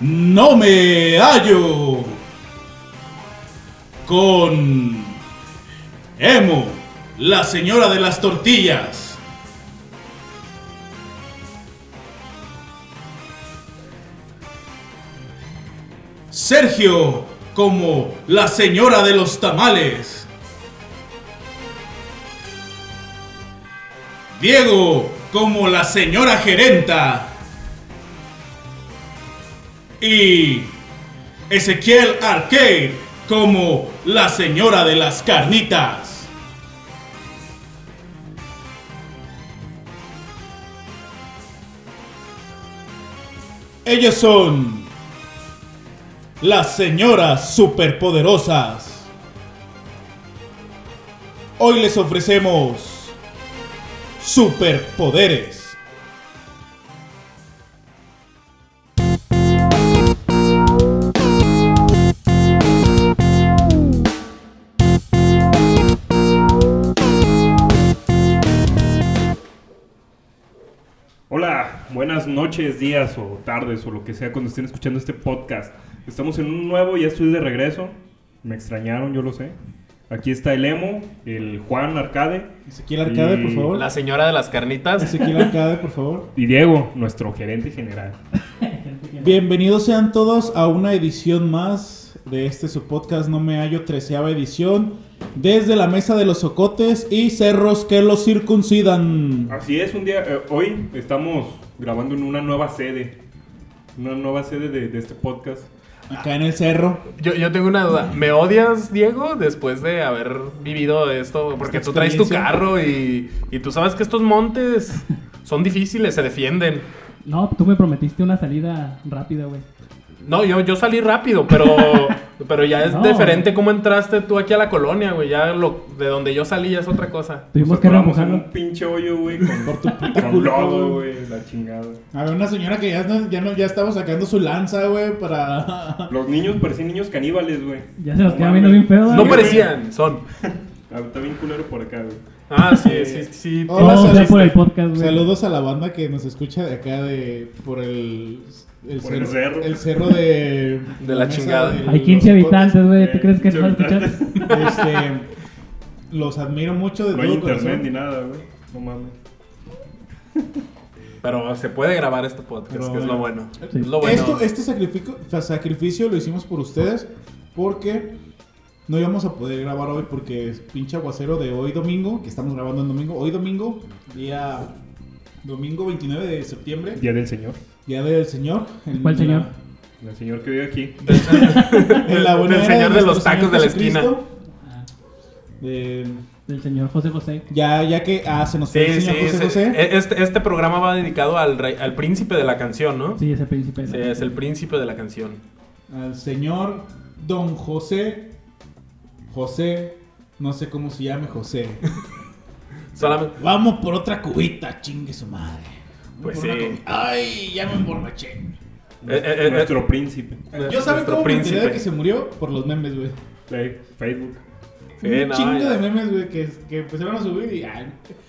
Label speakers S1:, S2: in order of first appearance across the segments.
S1: No me hallo con Emo, la señora de las tortillas. Sergio como la señora de los tamales. Diego como la señora gerenta. Y Ezequiel Arcade como la señora de las carnitas. Ellos son las señoras superpoderosas. Hoy les ofrecemos superpoderes.
S2: Hola, buenas noches, días o tardes o lo que sea cuando estén escuchando este podcast. Estamos en un nuevo, ya estoy de regreso. Me extrañaron, yo lo sé. Aquí está el Emo, el Juan Arcade
S3: Ezequiel Arcade,
S2: Y-
S3: por favor.
S4: La señora de las carnitas.
S3: Ezequiel Arcade, por favor.
S2: y Diego, nuestro gerente general.
S3: Bienvenidos sean todos a una edición más de este su podcast No Me Hallo, treceava edición. Desde la mesa de los socotes y cerros que los circuncidan.
S2: Así es, un día, eh, hoy estamos grabando en una nueva sede. Una nueva sede de, de este podcast.
S3: Acá en el cerro.
S4: Yo, yo tengo una duda. ¿Me odias, Diego, después de haber vivido esto? Porque
S3: Esta
S4: tú traes tu
S3: experiencia.
S4: carro y, y tú sabes que estos montes son difíciles, se defienden.
S5: No, tú me prometiste una salida rápida, güey.
S4: No, yo, yo salí rápido, pero, pero ya es
S5: No.
S4: diferente cómo entraste tú aquí a la colonia, güey. Ya lo, de donde yo salí ya es otra cosa.
S5: Tuvimos
S2: Nos
S5: que
S2: atoramos en
S5: remojarlo.
S2: un pinche hoyo, güey, con,
S3: Por tu puta
S2: con
S3: culpa,
S2: lodo,
S3: güey.
S2: güey, la chingada.
S3: Había una señora que ya, no- ya, no- ya estaba sacando su lanza, güey, para...
S2: Los niños parecían niños caníbales, güey.
S5: Ya se nos
S2: No
S5: queda
S2: mames.
S5: viendo bien feo,
S4: No
S2: güey.
S4: parecían, son.
S2: Ah, Está bien culero por acá, güey.
S4: Ah, sí, sí, sí.
S3: Hola,
S4: tiene
S5: Todo
S4: un
S5: sea
S4: chiste.
S5: por el podcast, güey.
S3: Saludos a la banda que nos escucha de acá de... Por el...
S2: Por el cerro.
S3: El cerro de...
S4: De la
S3: mesa
S4: chingada.
S3: de
S5: Hay
S3: los
S5: 15
S3: Socotes.
S5: habitantes, güey. ¿Tú
S2: Eh,
S5: crees que nos van a escuchar?
S2: habitantes.
S3: Este, los admiro mucho de
S2: No hay
S3: todo
S2: internet
S3: corazón,
S2: ni nada, güey. No mames.
S4: Pero se puede grabar este podcast,
S3: Pero
S4: que es lo bueno.
S3: bueno.
S5: Sí.
S4: Es lo bueno.
S3: Esto, este sacrificio, o sea, sacrificio lo hicimos por ustedes porque no íbamos a poder grabar hoy porque es pinche aguacero de hoy domingo, que estamos grabando en domingo, hoy domingo, día domingo 29 de septiembre,
S2: Día del Señor.
S3: día del señor. en
S5: ¿Cuál
S3: la-
S5: señor?
S2: El Señor que vive aquí.
S4: Eh,
S3: En la buena
S4: Del
S3: era
S4: señor de
S3: nuestro
S4: los tacos
S3: Señor
S4: de la
S3: Jesucristo.
S4: esquina.
S5: Ah,
S3: Eh,
S5: Del señor José José.
S3: ya, ya que ah, se nos fue
S4: Sí,
S3: el
S4: sí,
S3: señor José
S4: sí.
S3: José.
S4: E- Este, este programa va dedicado al, rey- al príncipe de la canción, ¿no?
S5: Sí, ese príncipe.
S4: Sí, es el príncipe de la canción.
S3: al señor Don José, José, no sé cómo se llame José.
S4: Solamente.
S3: Vamos por otra cubita, chingue su madre. Vamos
S4: Pues
S3: por una
S4: sí.
S3: cubita. Ay, ya me emborraché.
S4: eh, eh,
S2: Nuestro príncipe.
S3: Yo sabes
S4: nuestro
S3: cómo me enteré de
S4: príncipe.
S3: que se murió por los memes, güey.
S2: Ahí, Facebook.
S4: Sí,
S3: un
S4: no,
S3: chingo
S4: ya.
S3: de memes, güey, que, que empezaron a subir y ay.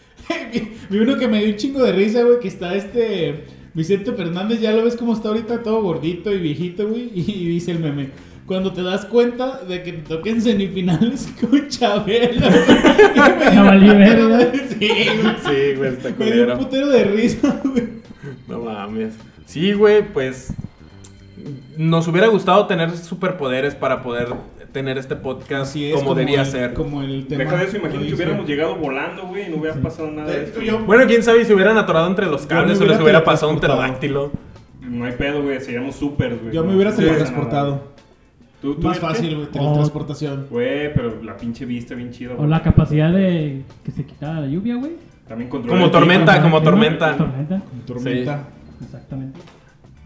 S3: vi- Vi uno que me dio un chingo de risa, güey, que está este Vicente Fernández, ya lo ves como está ahorita, todo gordito y viejito, güey, y dice el meme. Cuando te das cuenta de que te toquen semifinales con Chabelo.
S5: Ya valí verga.
S3: Sí, güey.
S4: Sí, güey, está
S3: Me dio
S4: culero.
S3: un putero de risa, güey.
S4: No mames. Sí, güey, pues. Nos hubiera gustado tener superpoderes para poder tener este podcast
S3: Así es,
S4: como, debería
S3: el-
S4: ser.
S3: Como el tema.
S2: Deja de eso,
S3: que
S2: imagínate que
S3: dice.
S2: hubiéramos llegado volando, güey, y no hubiera pasado nada de esto.
S3: Yo-
S4: Bueno, quién sabe si hubieran atorado entre los cables o
S3: hubiera
S4: les hubiera pasado un
S3: teletransportado.
S4: pterodáctilo.
S2: No hay pedo, güey, seríamos supers, güey.
S3: Yo me
S2: No,
S3: hubiera
S2: no pasa nada.
S3: teletransportado.
S2: ¿Tú, tú
S3: Más
S2: viste?
S3: fácil,
S5: Oh.
S3: güey, teletransportación.
S2: Güey, pero la pinche vista bien chida,
S5: O
S2: güey.
S5: la capacidad de que se quitara la lluvia, güey.
S2: También controla
S4: Como
S2: el clima.
S4: tormenta, como
S5: Ajá,
S4: tormenta.
S5: Tormenta,
S3: Tormenta.
S5: exactamente.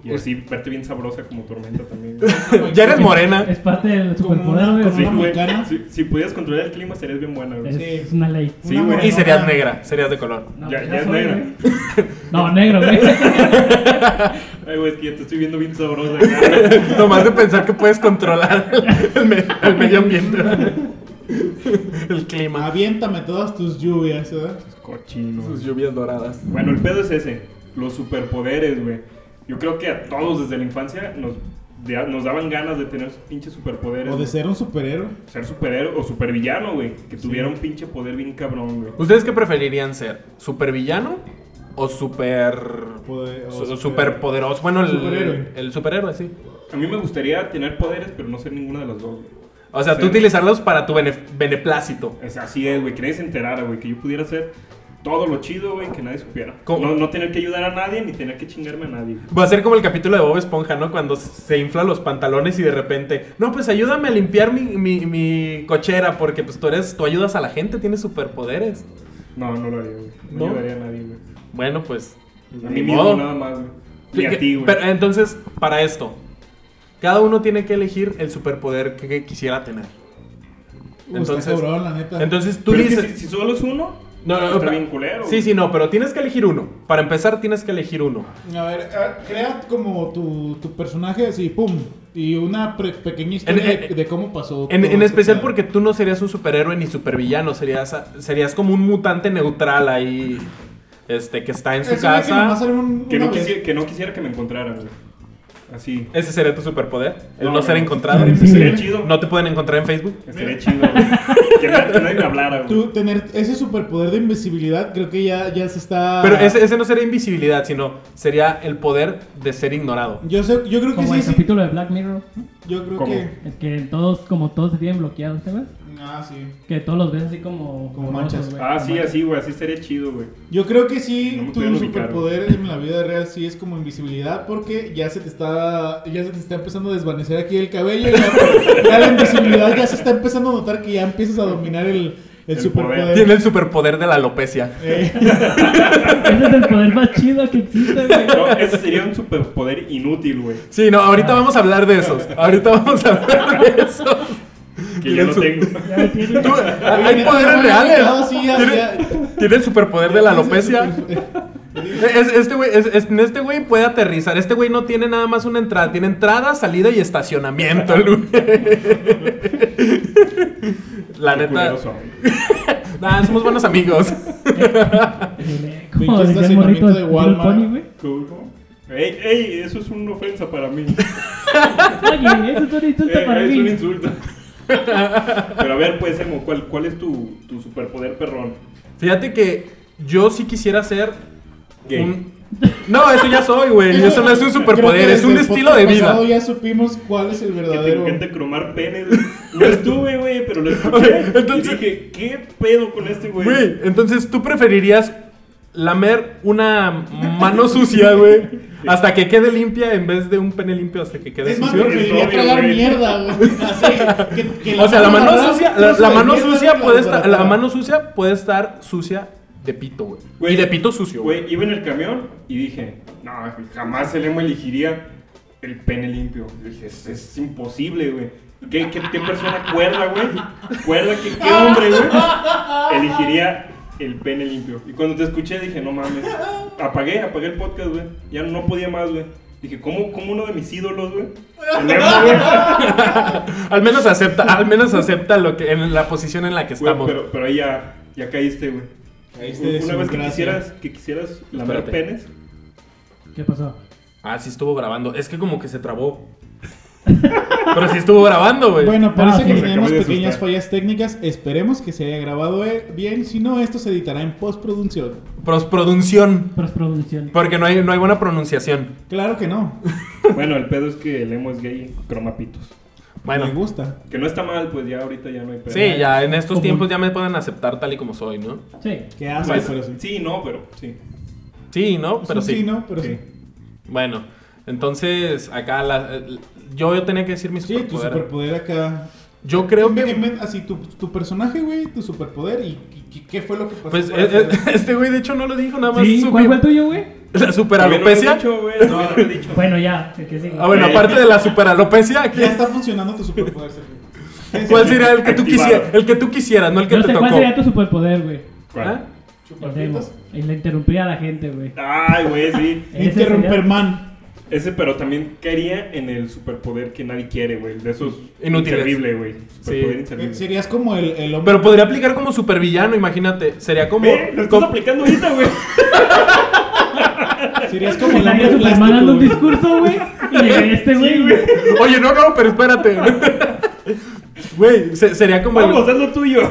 S2: Y así verte bien sabrosa como tormenta también. güey.
S4: Ya eres morena.
S5: Es parte del
S3: Como
S5: superpoder,
S3: una-
S5: güey.
S3: como
S2: Sí,
S3: una
S2: güey.
S3: mexicana.
S2: Si, si pudieras controlar el clima, serías bien buena, güey.
S5: Es,
S3: Sí.
S5: es una ley.
S2: Sí,
S3: Una
S2: güey.
S4: Y
S3: morena.
S4: serías negra, serías de color.
S5: No,
S2: Ya-
S5: pues
S2: ya es
S5: soy,
S2: negra.
S5: güey. No, negro, güey.
S2: Ay, güey, es que ya te estoy viendo bien sabrosa. güey.
S4: Nomás de pensar que puedes controlar el, me- el medio ambiente. El clima.
S3: Aviéntame todas tus lluvias, ¿eh? ¿verdad?
S2: Cochino.
S4: Sus lluvias doradas.
S2: Bueno, el pedo es ese. Los superpoderes, güey. Yo creo que a todos desde la infancia nos, de- nos daban ganas de tener pinches superpoderes.
S3: O de
S2: güey.
S3: ser un superhéroe.
S2: Ser superhéroe o supervillano, güey. Que tuviera un pinche poder bien cabrón, güey.
S4: ¿Ustedes qué preferirían ser? ¿Supervillano o super.
S3: Poder- o
S4: su-
S3: super-
S4: superpoderoso? Bueno, el
S3: Superhéroe.
S4: El superhéroe, sí.
S2: A mí me gustaría tener poderes, pero no ser ninguna de las dos, güey.
S4: O sea, tú
S2: Sí.
S4: utilizarlos para tu bene- beneplácito.
S2: Es, así es, güey. Quería que se enterara, güey. Que yo pudiera hacer todo lo chido, güey. Que nadie supiera.
S4: ¿Cómo?
S2: No, no tener que ayudar a nadie ni tener que chingarme a nadie.
S4: Va a ser como el capítulo de Bob Esponja, ¿no? Cuando se infla los pantalones y de repente, no, pues ayúdame a limpiar mi, mi, mi cochera porque pues tú eres, tú ayudas a la gente, tienes superpoderes.
S2: No, no lo haría, güey. No,
S4: ¿No?
S2: ayudaría a nadie, güey.
S4: Bueno, pues
S2: A
S4: Ni
S2: mí mismo
S4: modo.
S2: nada más, güey. Ni a ti, güey.
S4: Pero, eh, entonces, para esto, cada uno tiene que elegir el superpoder que, que quisiera tener.
S3: Uh,
S4: Entonces-
S3: está cabrón, la neta.
S4: Entonces tú
S2: Pero es que
S4: dices...
S2: si, si solo es uno,
S4: No, no, no,
S2: está
S4: pero-
S2: bien culero.
S4: Sí, sí, no, pero tienes que elegir uno. Para empezar, tienes que elegir uno.
S3: A ver, a- crea como tu, tu personaje así, pum. Y una pre- pequeña
S4: En-
S3: historia de-
S4: en-
S3: de cómo pasó.
S4: En,
S3: todo
S4: en
S3: este
S4: especial
S3: pedo.
S4: porque tú no serías un superhéroe ni supervillano, serías, serías como un mutante neutral ahí, este, que está en su
S3: Ese güey Que, nomás
S4: casa.
S3: sale un-
S2: Que no,
S3: una vez.
S2: quisiera, que no quisiera que me encontraran, güey. Así.
S4: Ese sería tu superpoder, el no,
S2: No,
S4: ser
S2: no.
S4: encontrado.
S2: Ese sería chido.
S4: No te pueden encontrar en Facebook.
S2: Estaría chido, güey. que, na- que nadie me hablara, güey.
S3: Tú tener ese superpoder de invisibilidad, creo que ya, ya se está.
S2: Ah.
S4: Pero ese, ese no sería invisibilidad, sino sería el poder de ser ignorado.
S3: Yo, sé, yo creo que
S5: Como
S3: sí.
S5: el
S3: sí.
S5: capítulo de Black Mirror. ¿no?
S3: Yo creo
S2: ¿Cómo?
S3: que.
S5: Es que todos, como todos se tienen bloqueados, ¿te ves?
S3: Ah, sí.
S5: Que todos los ves así como.
S3: Como
S5: borrosos,
S3: manchas.
S5: güey,
S2: Ah,
S5: como
S2: sí,
S5: manchas.
S2: así, güey. Así estaría chido, güey.
S3: Yo creo que sí,
S2: No me
S3: tu
S2: pudieron ubicar,
S3: superpoder en la vida real sí es como invisibilidad porque ya se te está ya se te está empezando a desvanecer aquí el cabello. Ya, ya la invisibilidad ya se está empezando a notar que ya empiezas a dominar el, el
S2: El
S3: superpoder.
S2: poder.
S4: Tiene el superpoder de la alopecia.
S3: Eh,
S5: Ese es el poder más chido que existe, güey.
S2: No, ese sería un superpoder inútil, güey.
S4: Sí, no, ahorita vamos a hablar de esos. Ahorita vamos a hablar de esos.
S2: Que ya lo tengo.
S5: Ya lo tienes.
S4: Tú- hay
S3: oye,
S4: poderes
S3: no,
S4: reales.
S3: no, sí, ya- ya-
S4: ah? Tiene el superpoder de la alopecia. Es- este güey, es- es- en este güey puede aterrizar. Este güey no tiene nada más una entrada. Tiene entrada, salida y estacionamiento. el güey. La
S2: Qué
S4: neta.
S2: culero soy.
S4: Nah, somos buenos amigos.
S5: Como
S3: Pinche
S5: decía el
S3: estacionamiento
S5: morrito
S3: de
S5: de
S3: Walmart.
S5: Pony, güey.
S2: ¿Cómo? Ey, ey, eso es una ofensa para mí.
S5: Oye, eso es un insulto
S2: Eh,
S5: para
S2: es
S5: mí.
S2: un insulto. Pero a ver, pues, Emo, ¿cuál, cuál es tu, tu superpoder perrón?
S4: Fíjate que yo sí quisiera ser.
S2: Gay.
S4: un- No, eso ya soy, güey. Eso no es un
S3: Creo
S4: superpoder,
S3: que
S4: es un
S3: desde el
S4: estilo de
S3: podcast
S4: vida.
S3: pasado Ya supimos cuál es el
S2: Que te
S3: verdadero.
S2: encanta cromar penes. güey. No estuve, güey, pero lo escuché.
S4: Oye, entonces-
S2: Y dije, ¿qué pedo con este, güey?
S4: Güey, entonces tú preferirías lamer una mano sucia, güey, hasta que quede limpia en vez de un pene limpio hasta que quede
S3: Es más,
S4: sucio.
S3: preferiría
S2: Es
S3: tragar
S2: obvio, güey.
S3: mierda, güey. Así, que- que
S4: O sea, la mano
S3: agarra un
S4: sucia, la,
S3: trozo
S4: la
S3: de
S4: mano
S3: mierda y
S4: sucia
S3: la
S4: puede estar, la
S3: desbarata.
S4: mano sucia puede estar sucia de pito, güey.
S2: Güey,
S4: Y de pito sucio, güey.
S2: Güey, iba en el camión y dije, no, jamás el Emo elegiría el pene limpio. Yo dije, es, es imposible, güey. ¿Qué, qué, qué persona cuerda, güey? ¿Cuerda que qué hombre, güey? Elegiría el pene limpio. Y cuando te escuché dije, no mames. Apagué, apagué el podcast, güey. Ya no podía más, güey. Dije, ¿cómo, cómo uno de mis ídolos, güey? El Emo, güey.
S4: Al menos acepta, al menos acepta lo que en la posición en la que
S2: Güey,
S4: estamos.
S2: pero, pero ahí ya, ya caíste, güey.
S3: Caíste
S2: Una-
S3: de
S2: Una
S3: su
S2: vez que
S3: gracia.
S2: quisieras, que quisieras lamer
S4: Espérate.
S2: penes,
S5: ¿Qué pasó?
S4: Ah, sí estuvo grabando. Es que como que se trabó. Pero sí estuvo grabando,
S2: Pues,
S4: güey.
S3: Bueno, parece
S5: Ah,
S3: que
S5: sí.
S3: tenemos
S2: Acabo de
S3: pequeñas
S2: asustar.
S3: fallas técnicas. Esperemos que se haya grabado eh, bien. Si no, esto se editará en postproducción.
S4: Prosproducción.
S5: Prosproducción.
S4: Porque no hay, no hay buena pronunciación.
S3: Claro que no.
S2: Bueno, el pedo es que el emo es gay y croma pitos.
S3: Me
S4: Bueno.
S3: gusta.
S2: Que no está mal, pues ya ahorita ya no hay pedo.
S4: Sí, ya en estos
S5: Como-
S4: tiempos ya me pueden aceptar tal y como soy, ¿no?
S5: Sí.
S3: Qué asco,
S2: Pues,
S3: pero sí.
S2: sí, no, pero sí.
S4: Sí, ¿no?
S3: Es
S4: Pero
S3: un
S4: sí.
S3: ¿no? Pero sí.
S2: Sí.
S4: Bueno, entonces acá la, el- yo, yo tenía que decir mi
S3: Sí, tu
S4: superpoder.
S3: superpoder acá.
S4: Yo creo
S3: En-
S4: que...
S3: en- así, tu, tu personaje, güey, tu superpoder. ¿Y y- y qué fue lo que pasó?
S4: Pues
S3: para
S4: eh, eh,
S3: hacer-
S4: este güey de hecho no lo dijo, nada más
S5: Sí,
S4: supe-
S5: ¿Cuál fue el tuyo, güey?
S4: la
S2: También no lo he
S4: superalopecia.
S2: dicho, güey, no lo he dicho.
S5: Bueno, ya, el que sigue.
S4: Ah, bueno,
S2: Ok.
S4: aparte de la superalopecia, aquí-
S3: Ya está funcionando tu superpoder, Sergio. Sí,
S4: ¿cuál
S3: sí,
S4: sería el que tú
S2: Activado.
S4: quisieras? El que tú quisieras, no el que
S5: Yo
S4: te
S5: sé
S4: tocó.
S5: cuál sería tu superpoder, güey.
S2: ¿Cuál?
S4: ¿Ah?
S5: El
S3: chupapitos.
S5: demo. Y le interrumpía a la gente, güey.
S3: Ah,
S2: Ay, güey, sí.
S5: Ese sería-
S3: Interrumperman.
S2: Ese, pero también caería en el superpoder que nadie quiere, güey. De esos.
S4: Inútiles.
S2: Inservible, güey. Superpoder
S4: Sí.
S2: inservible. ¿Eh?
S3: Serías como el, el hombre.
S4: Pero podría aplicar como
S2: ¿Eh?
S4: supervillano, imagínate. Sería como...
S2: Ve, Lo estás
S4: como-
S2: aplicando ahorita, güey.
S3: Serías como el
S5: Estaría
S3: hombre
S5: Superman
S3: plástico,
S5: dando un
S3: güey.
S5: discurso, güey. Y llegaría este güey.
S4: Oye, no, no, pero espérate. Güey, se- sería como el-
S2: Vamos, haz lo tuyo.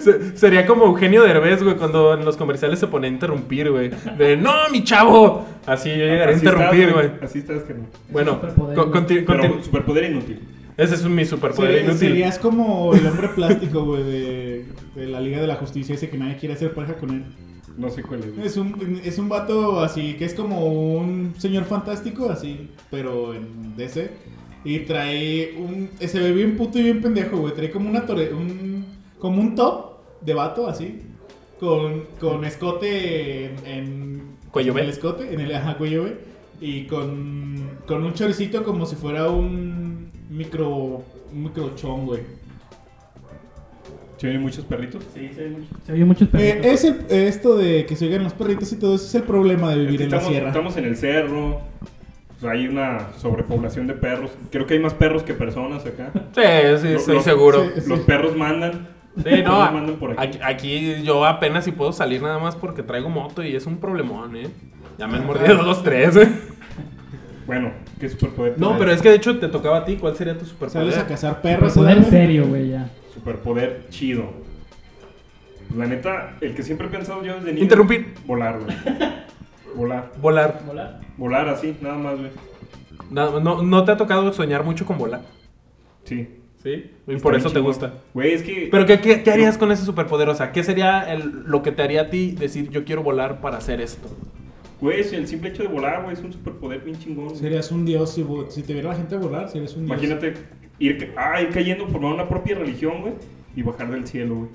S4: se- sería como Eugenio Derbez, güey, cuando en los comerciales se pone a interrumpir, güey. De, "No, mi chavo." Así yo llegaré a
S2: Así
S4: interrumpir,
S2: estás,
S4: güey.
S2: Así estás, que no.
S4: Bueno,
S5: superpoder,
S4: co- conti-
S2: Pero pues,
S4: conti-
S2: superpoder inútil.
S4: ese es mi superpoder
S3: Sería-
S4: inútil.
S3: Serías como el hombre plástico, güey, de, de la Liga de la Justicia, ese que nadie quiere hacer pareja con él.
S2: No sé cuál es.
S3: Es un, es un vato así, que es como un señor fantástico, así, pero en DC. Y trae un... Se ve bien puto y bien pendejo, güey. Trae como una torre... Un, como un top de vato, así. Con, con escote en... en-
S4: Cuello
S3: en
S4: B.
S3: El escote, en el ajá, cuello B. Y con, con un choricito como si fuera un micro... Un microchón, güey.
S2: ¿Se ven muchos perritos? Sí, sí, muchos.
S5: Se oye muchos
S3: Eh,
S5: perritos.
S3: es el- esto de que se oigan los perritos y todo eso es el problema de vivir en la
S2: estamos,
S3: sierra.
S2: estamos en el cerro. pues, hay una sobrepoblación de perros. Creo que hay más perros que personas acá.
S4: Sí, sí,
S2: Lo-
S4: estoy
S2: lo-
S4: seguro.
S3: Sí.
S2: Los perros mandan.
S4: Sí,
S2: Los
S4: no,
S2: perros mandan por aquí.
S4: aquí, aquí yo apenas si puedo salir nada más porque traigo moto y es un problemón, ¿eh? Ya me han mordido los tres, ¿eh?
S2: Bueno, ¿qué superpoder?
S4: No,
S2: traes?
S4: pero es que de hecho te tocaba a ti. ¿Cuál sería tu
S3: Sales a
S4: superpoder?
S3: cazar perros.
S5: Poder
S3: ¿verdad, güey?
S5: serio, güey, ya.
S2: Superpoder chido. Pues, La neta, el que siempre he pensado yo desde niño.
S4: Interrumpir.
S2: Volar, güey. volar.
S4: Volar.
S2: Volar así, nada más, güey.
S4: No, no, no te ha tocado soñar mucho con volar.
S2: Sí.
S4: Sí. Y
S2: Está
S4: por
S2: bien
S4: eso te
S2: chingón.
S4: gusta.
S2: Güey, es que.
S4: Pero ¿qué, qué, qué harías con ese superpoder? O sea, ¿qué sería el- lo que te haría a ti decir yo quiero volar para hacer esto?
S2: Güey, si el simple hecho de volar, güey, es un superpoder bien chingón. güey.
S3: Serías un dios si, vo- si te viera la gente volar, serías un dios.
S2: Imagínate ir, ca- ah, ir cayendo, formar una propia religión, güey, y bajar del cielo, güey.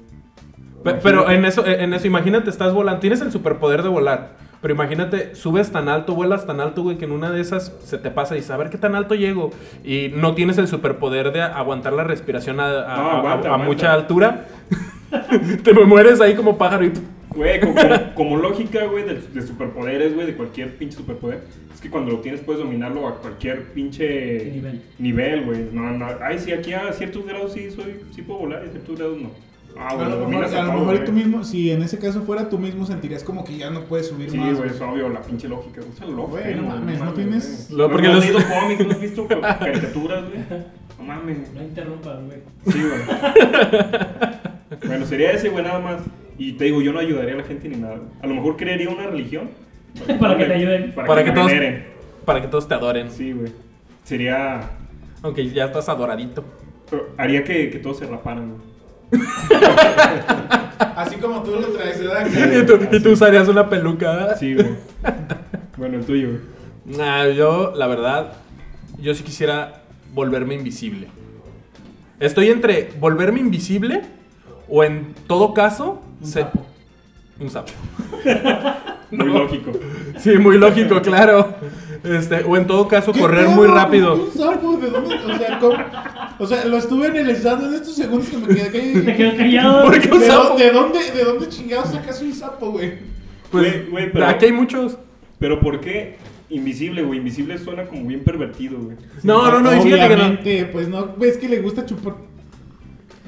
S4: Pe-
S2: Imagínate.
S4: Pero en eso, en eso, imagínate, estás volando, tienes el superpoder de volar, pero imagínate, subes tan alto, vuelas tan alto, güey, que en una de esas se te pasa y dices, a ver qué tan alto llego, y no tienes el superpoder de aguantar la respiración a, a-
S2: No,
S4: a-
S2: aguanta,
S4: a
S2: aguanta.
S4: mucha altura, te mueres ahí como pájaro y...
S2: Güey, co- como, como lógica, güey, de, de superpoderes, güey, de cualquier pinche superpoder, es que cuando lo tienes puedes dominarlo a cualquier pinche
S5: Nivel.
S2: nivel, güey. No, no, ay, sí, aquí a ciertos grados sí soy, sí puedo volar, y a ciertos grados no. Ah,
S3: A
S2: güey,
S3: lo mejor,
S2: dominas
S3: a lo
S2: todo,
S3: mejor
S2: güey.
S3: tú mismo, si en ese caso fuera tú mismo, sentirías como que ya no puedes subir
S2: Sí,
S3: más.
S2: güey, es obvio, la pinche lógica. Usa la lógica,
S3: Güey, no mames, no tienes-
S2: güey.
S4: Lo-
S2: No,
S4: porque
S2: no has
S4: los-
S2: leído cómics, no has visto caricaturas, güey. No mames.
S5: interrumpas, güey.
S2: Sí, güey. bueno, sería ese, güey, nada más. Y te digo, yo no ayudaría a la gente ni nada. güey. A lo mejor crearía una religión.
S5: Para que te ayuden.
S2: Para,
S4: Para
S2: que,
S4: que
S2: me
S4: todos-
S2: veneren.
S4: Para que todos te adoren,
S2: Sí, güey. Sería...
S4: aunque ya estás adoradito.
S2: pero Haría que, que todos se raparan, güey.
S3: Así como tú lo traes, ¿verdad?
S4: Y tú, y tú usarías una peluca.
S2: Sí, güey. bueno, el tuyo, güey.
S4: Nah, yo, la verdad, yo sí quisiera volverme invisible. Estoy entre volverme invisible o en todo caso
S5: Un
S4: ser-
S5: sapo.
S4: un sapo.
S2: Muy
S4: No. Pues,
S2: lógico.
S4: Sí, muy lógico, claro. Este, o en todo caso correr muy rápido.
S3: Un sapo, ¿de dónde? O sea, ¿cómo? O sea, lo estuve analizando en estos segundos que me quedé callado.
S5: Te quedas callado.
S4: ¿Por qué?
S3: ¿De,
S4: Un sapo.
S3: dónde- de dónde, ¿De dónde chingados sacas un sapo, güey?
S4: Pues,
S2: Güey, güey, pero-
S4: aquí hay muchos.
S2: Pero ¿por qué invisible, güey? Invisible suena como bien pervertido, güey.
S4: No, no, no, y fíjate que no.
S3: Obviamente, pues no, ves que le gusta chupar.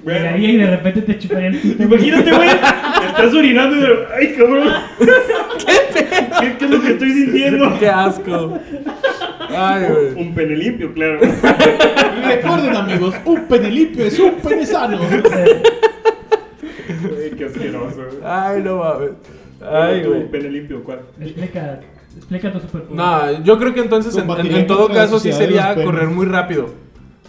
S2: Güey,
S5: Llegaría y de repente te chuparía el pito.
S2: Imagínate, güey. Estás orinando y de... ¡Ay, cabrón! ¿Qué, ¿Qué es lo que estoy sintiendo?
S4: Qué asco. Ay, güey.
S2: Un pene limpio, claro.
S3: Recuerden, amigos, un pene limpio es un pene sano.
S2: Güey, Qué asqueroso, güey.
S4: Ay, no mames. Ay,
S2: Tú,
S4: güey.
S2: pene limpio, ¿cuál?
S5: Explica, explica tu superpoder.
S4: No, yo creo que entonces en, en- en
S3: Combatiría
S4: todo
S3: contra la
S4: caso sí
S3: sociedad de los
S4: sería
S3: penes.
S4: correr muy rápido.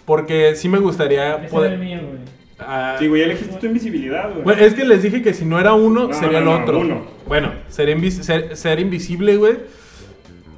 S4: Porque sí me gustaría
S5: Ese era el
S4: poder...
S5: mío, güey.
S4: Ah,
S2: Sí, güey, ya elegiste tu invisibilidad, güey.
S4: Bueno, es que les dije que si no era uno,
S2: No,
S4: sería
S2: no,
S4: el
S2: no,
S4: otro.
S2: uno.
S4: Bueno, ser, invis- ser- ser invisible, güey.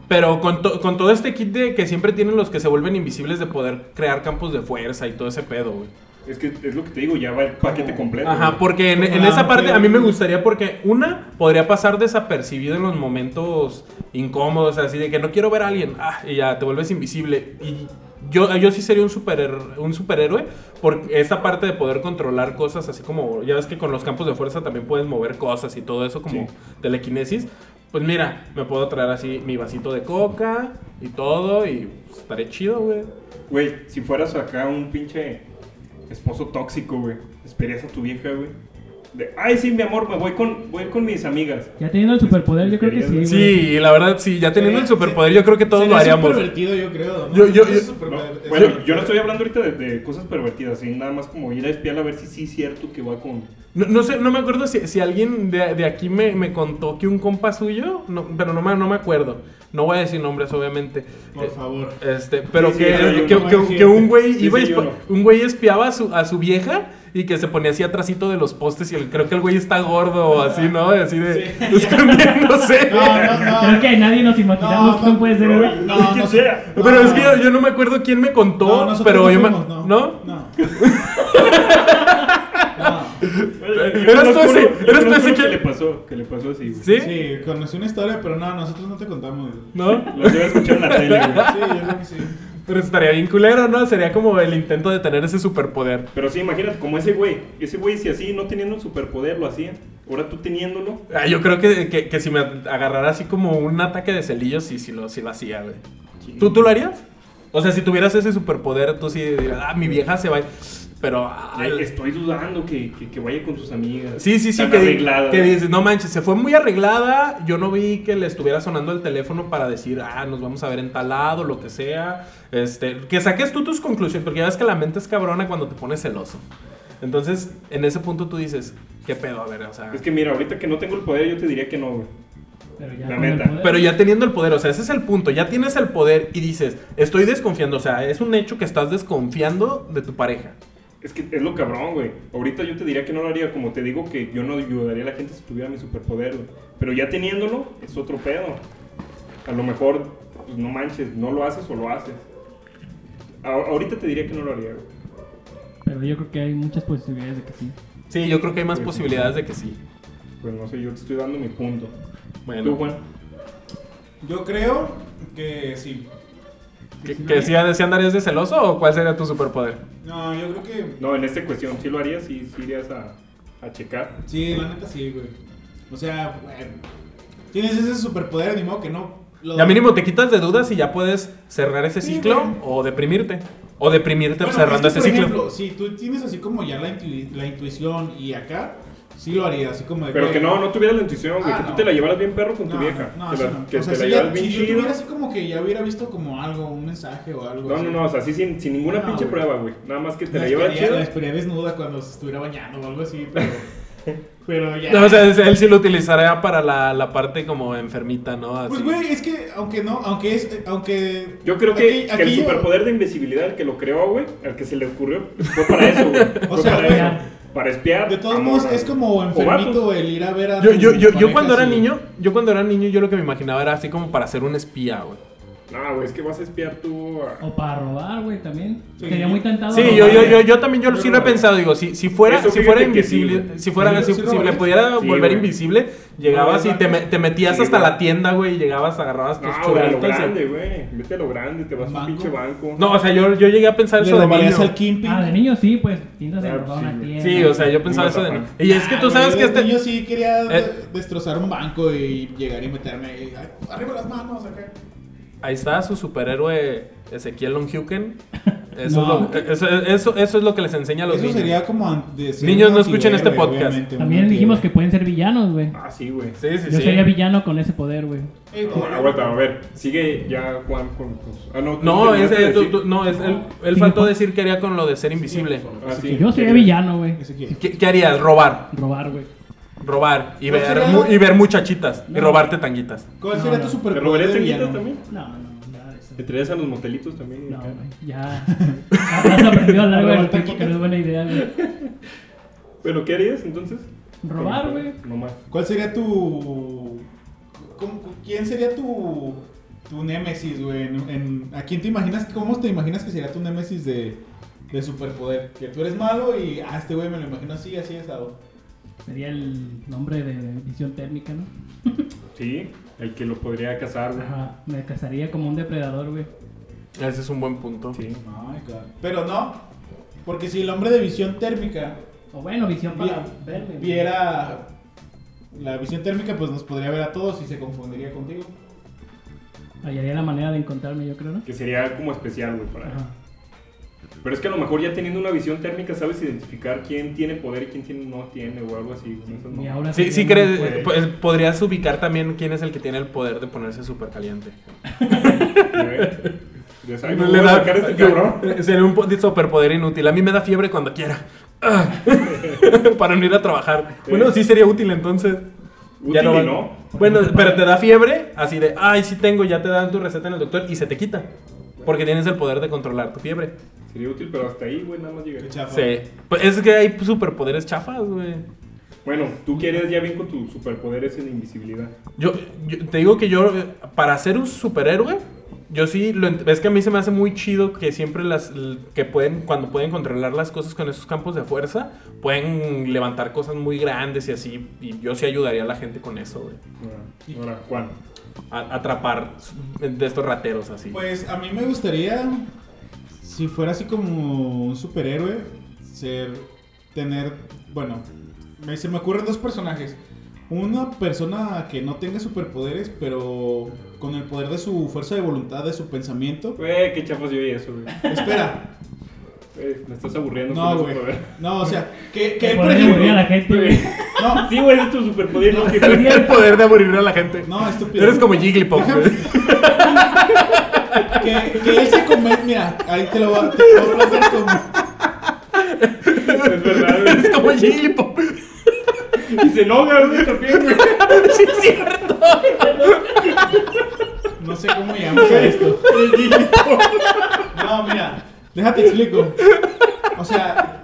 S4: Pero con, to- con todo este kit de que siempre tienen los que se vuelven invisibles de poder crear campos de fuerza y todo ese pedo, güey.
S2: Es que es lo que te digo, ya va el paquete completo.
S4: eh. Ajá,
S2: güey.
S4: porque en, en
S3: Ah,
S4: esa parte a mí me
S3: ok.
S4: gustaría porque una podría pasar desapercibido en los momentos incómodos, así de que no quiero ver a alguien, ah, y ya te vuelves invisible. Y yo, yo sí sería un, super, un superhéroe por esa parte de poder controlar cosas, así como ya ves que con los campos de fuerza también puedes mover cosas y todo eso como
S2: Sí.
S4: telequinesis. Pues mira, me puedo traer así mi vasito de coca y todo y pues, estaré chido, güey.
S2: Güey, si fueras acá un pinche esposo tóxico, güey, esperarías a tu vieja, güey. de, ay, sí, mi amor, me voy con, voy con mis amigas.
S5: Ya teniendo el superpoder, yo creo que sí, güey.
S4: Sí, la verdad, sí, ya teniendo el superpoder, yo creo que todos lo
S3: Sería
S4: haríamos.
S3: supervertido, yo creo. ¿no?
S4: Yo- yo-
S3: Es
S4: yo-
S2: No,
S3: superver- es-
S2: bueno, yo no estoy hablando ahorita de, de cosas pervertidas, ¿sí? nada más como ir a espiar a ver si sí es cierto que va con...
S4: No, no sé, no me acuerdo si, si alguien de, de aquí me, me contó que un compa suyo, no, pero no me, no me acuerdo. No voy a decir nombres, obviamente.
S3: Por
S4: Eh,
S3: favor.
S4: Este, pero
S2: Sí, sí,
S4: que,
S2: yo no,
S4: que-
S2: yo no,
S4: que-
S3: yo sí.
S4: que un güey
S2: Sí,
S4: iba
S2: sí,
S4: y
S2: yo
S4: esp-
S2: no.
S4: un güey espiaba a su, a su vieja y que se ponía así atrásito de los postes y el- creo que el güey está gordo o así, ¿no? Así de escondiéndose.
S3: No, no, no.
S5: Creo que nadie nos imaginamos
S3: No,
S5: que
S3: no,
S5: puede ser, güey.
S3: No, no,
S2: ¿Quién
S3: no.
S2: sea?
S4: Pero es que yo, yo no me acuerdo quién me contó,
S3: No, nosotros
S4: pero
S3: no
S4: yo me-
S3: fuimos, no.
S4: ¿No?
S3: No.
S2: Yo
S4: tú
S2: conozco
S4: ese-
S2: uno- yo
S4: eres
S2: conozco
S4: tú ese
S2: uno que
S4: que-
S2: le pasó, que le pasó así, güey.
S4: ¿Sí?
S3: Sí, conocí una historia, pero no, nosotros no te contamos. güey.
S4: ¿No?
S2: Lo debe escuchar en la tele, güey.
S3: Sí, yo creo que sí.
S4: Pero estaría bien culero, ¿no? Sería como el intento de tener ese superpoder.
S2: Pero sí, imagínate, como ese güey, ese güey si así, no teniendo un superpoder, lo hacía. Ahora tú teniéndolo,
S4: Ah, yo creo que, que- que si me agarrara así como un ataque de celillos, sí, sí lo, sí lo hacía, güey. ¿Tú, ¿Tú lo harías? O sea, si tuvieras ese superpoder, tú sí dirías, ah, mi vieja se va. Pero. ah,
S2: eh, estoy dudando que, que, que vaya con sus amigas.
S4: Sí, sí, sí,
S2: Tan
S4: que, di-
S2: arreglada.
S4: que dices, no manches, se fue muy arreglada. Yo no vi que le estuviera sonando el teléfono para decir, ah, nos vamos a ver en tal lado, lo que sea. Este, que saques tú tus conclusiones, porque ya ves que la mente es cabrona cuando te pones celoso. Entonces, en ese punto tú dices, ¿qué pedo? A ver, o sea.
S2: Es que mira, ahorita que no tengo el poder, yo te diría que no, güey.
S5: Pero ya
S2: La
S5: con el
S2: neta.
S5: poder-
S4: Pero ya teniendo el poder, o sea, ese es el punto. Ya tienes el poder y dices, estoy desconfiando. O sea, es un hecho que estás desconfiando de tu pareja.
S2: Es que es lo cabrón, güey. Ahorita yo te diría que no lo haría, como te digo que yo no ayudaría a la gente si tuviera mi superpoder, güey. Pero ya teniéndolo, es otro pedo. A lo mejor, pues no manches, no lo haces o lo haces. A- ahorita te diría que no lo haría, güey.
S5: Pero yo creo que hay muchas posibilidades de que sí.
S4: Sí, yo creo que hay más posibilidades de que sí.
S2: Pues no sé, yo te estoy dando mi punto. ¿Tú,
S4: Bueno,
S2: Juan?
S3: Yo creo que sí.
S4: ¿que, que sí, sí andarías de celoso o cuál sería tu superpoder?
S3: No, yo creo que
S2: No, en esta cuestión, ¿sí lo harías? ¿Sí, sí irías a, a checar?
S3: sí, la neta sí, güey. O sea, güey, tienes ese superpoder, ni modo que no. lo-
S4: Ya mínimo te quitas de dudas y ya puedes cerrar ese
S3: Sí,
S4: ciclo
S3: güey.
S4: o deprimirte. O deprimirte
S3: Bueno,
S4: cerrando
S3: es que,
S4: ese
S3: por
S4: ciclo.
S3: ejemplo, si tú tienes así como ya la, intu- la intuición y acá, sí lo haría, así como de
S2: Pero que no, no tuvieras la intuición, güey.
S3: Ah,
S2: que tú
S3: no.
S2: te la llevaras bien perro con
S3: No,
S2: tu vieja.
S3: No,
S2: que
S3: eso
S2: la,
S3: no.
S2: que
S3: o sea,
S2: te la
S3: si,
S2: llevas
S3: ya,
S2: bien
S3: si yo
S2: chido.
S3: tuviera así como que ya hubiera visto como algo, un mensaje o algo.
S2: No,
S3: así.
S2: no, no, o sea, así sin, sin ninguna
S3: No,
S2: pinche
S3: güey.
S2: prueba, güey. Nada más que te
S3: La
S2: la llevas
S3: esperaría-
S2: chido.
S3: la esperaría desnuda cuando se estuviera bañando o algo así, pero. pero ya.
S4: No, o sea, él sí lo utilizaría para la, la parte como enfermita, ¿no? Así.
S3: pues, güey, es que, aunque no, aunque es. eh, Aunque.
S2: Yo creo
S3: aquí-
S2: que, que
S3: aquí
S2: el
S3: yo-
S2: superpoder de invisibilidad, el que lo creó, güey, al que se le ocurrió, fue para eso, güey. Fue
S3: sea,
S2: para
S5: güey.
S2: eso. Para espiar.
S3: De todos
S2: a
S3: modos,
S2: morras,
S3: es como
S2: güey. O
S3: enfermito
S2: vatos.
S3: el ir a ver a.
S4: Yo,
S3: tu
S4: yo, yo, yo
S3: pareja
S4: cuando era
S3: así.
S4: niño, yo cuando era niño, yo lo que me imaginaba era así como para ser un espía, güey.
S2: No, güey, es que vas a espiar tú a...
S5: O para robar, güey, también.
S3: Sí.
S5: Sería muy tentado.
S4: Sí,
S5: robar,
S4: yo, yo,
S5: güey.
S4: yo, yo también yo sí lo he
S2: Pero-
S4: pensado, digo, si, si fuera,
S2: Eso
S4: si fuera
S2: fíjate que sí,
S4: invisible,
S2: güey.
S4: si fuera,
S3: Sí,
S4: si,
S3: sí
S4: si me
S3: robarías.
S4: pudiera
S2: Sí,
S4: volver
S2: güey.
S4: invisible, llegabas y te, me- te metías
S2: Sí,
S4: hasta
S2: güey.
S4: la tienda, güey, y llegabas, agarrabas tus
S2: No, güey, a lo
S4: churritos. y-
S2: grande, güey. Vete a lo grande, te vas a un
S3: eh. Banco.
S2: pinche banco.
S4: No, o sea, yo, yo llegué a pensar
S3: Le
S4: eso de
S3: robarías
S4: niño.
S3: al Kimping.
S5: Ah, de niño sí, pues. Pintas de
S2: Ah,
S5: robar
S2: sí,
S5: una
S2: güey.
S5: tienda.
S4: Sí, o sea, yo pensaba eso de niño. Y es que tú sabes que
S3: este.
S4: este...
S3: niño sí quería de-
S4: Eh.
S3: destrozar un banco y llegar y meterme. y, "Ay, Arriba las manos, acá.
S4: Ahí está su superhéroe Ezequiel Longhuken. Eso,
S3: No.
S4: es lo, eso, eso, eso es lo que les enseña a los
S3: Eso
S4: niños.
S3: sería como. an- de ser
S4: Niños,
S3: un
S4: no escuchen
S3: antihéroe,
S4: este podcast.
S3: obviamente, un
S5: También dijimos que
S3: antihéroe.
S5: pueden ser villanos, güey.
S2: Ah, sí, güey.
S4: Sí, sí,
S5: Yo
S4: sí.
S5: sería villano con ese poder, güey.
S3: Eh,
S2: No, aguanta, Ah, a ver. Sigue ya Juan con tus... Ah, no. tú
S4: No, es,
S2: terminaste de
S4: eh, tú-
S2: decir.
S4: tú- no, es, él, él
S5: Sí,
S4: faltó
S5: no.
S4: decir que haría con lo de ser invisible.
S2: Ah, sí.
S5: Yo sería villano, güey.
S3: Ezequiel.
S4: ¿Qué, qué harías? Robar.
S5: Robar, güey.
S4: Robar. Y
S3: Pues
S4: ver,
S3: sería-
S4: mu- y ver muchachitas. Y
S5: No.
S4: robarte tanguitas.
S3: ¿Cuál
S5: No,
S3: sería
S5: no.
S3: tu
S2: ¿Te
S3: superpoder?
S2: robarías
S3: de
S2: tanguitas
S3: villano?
S2: también?
S5: No, no, nada de eso.
S2: ¿Te traías a los motelitos también?
S5: No,
S2: acá?
S5: güey. Ya. Ya se aprendió a lo largo del
S3: Robar
S5: tiempo que no es buena idea, güey.
S2: Bueno, ¿qué harías entonces?
S5: Robar, güey.
S2: No más.
S3: ¿Cuál sería tu. cómo- ¿Quién sería tu. tu némesis, güey? En, en- ¿A quién te imaginas? ¿Cómo te imaginas que sería tu némesis de, de superpoder? Que tú eres malo y. Ah, este güey me lo imagino así, así asado.
S5: Sería el nombre de visión térmica, ¿no?
S2: Sí, el que lo podría cazar, güey.
S5: Ajá. Me casaría como un depredador, güey.
S4: Ese es un buen punto.
S2: Sí.
S3: Ay, cabrón. Pero no, porque si el hombre de visión térmica
S5: O bueno, visión
S3: vi-
S5: para verme. güey.
S3: viera. La visión térmica, pues nos podría ver a todos y se confundiría contigo.
S5: Hallaría la manera de encontrarme, yo creo, ¿no?
S2: Que sería como especial, güey, para
S5: Ajá.
S2: Pero es que a lo mejor ya teniendo una visión térmica sabes identificar quién tiene poder y quién tiene- no tiene o algo así. güey, esas
S5: Y
S2: mamadas.
S5: ahora
S4: Sí, sí
S5: ya no
S4: crees,
S5: puede.
S4: pues, podrías ubicar también quién es el que tiene el poder de ponerse súper caliente.
S2: ¿Eh? Ya sabes, ¿cómo voy a sacar a este cabrón?
S4: eh, Sería un po- superpoder inútil. A mí me da fiebre cuando quiera. Ah. Para no ir a trabajar. Bueno, sí sería útil entonces.
S2: Útil y
S4: va-
S2: no.
S4: Bueno, pero te da fiebre, así de, ay, sí tengo, ya te dan tu receta en el doctor y se te quita. Porque tienes el poder de controlar tu fiebre.
S2: Sería útil, pero hasta ahí, güey, nada más llegaría.
S3: Qué chafa.
S4: Sí. Pues es que hay superpoderes chafas, güey.
S2: Bueno, tú quieres ya bien con tu superpoder ese de invisibilidad.
S4: Yo, yo- te digo que yo, eh, para ser un superhéroe, yo sí, lo, ent- es que a mí se me hace muy chido que siempre las, l- que pueden, cuando pueden controlar las cosas con esos campos de fuerza, pueden levantar cosas muy grandes y así, y yo sí ayudaría a la gente con eso, güey.
S2: Ahora, ahora, Juan.
S4: A- atrapar s- de estos rateros así.
S3: Pues a mí me gustaría, si fuera así como un superhéroe, ser, tener, bueno, me- se me ocurren dos personajes. Una persona que no tenga superpoderes, pero con el poder de su fuerza de voluntad, de su pensamiento.
S2: Güey, Eh, qué chafas yo y eso, güey.
S3: Espera,
S2: Güey, me estás aburriendo.
S3: no,
S2: con
S3: güey.
S2: ese poder.
S3: No, o sea, que, que
S5: Que
S3: él,
S5: por
S3: por
S5: ahí moría
S3: ejemplo...
S5: la gente, güey.
S3: No,
S2: Sí, güey, ese es tu superpoder, ¿no? Que-
S4: el poder de aburrir a la gente.
S3: no, estúpido.
S4: Eres como Jigglypuff, güey.
S3: Que, que él se convence, mira, ahí te lo voy a, te lo voy a hablar como...
S2: Es verdad, güey.
S4: Eres como Jigglypuff.
S2: Y se enoja, güey, también, güey.
S4: Sí, es cierto.
S3: No sé cómo llamamos a esto. No, mira, déjate explico. O sea,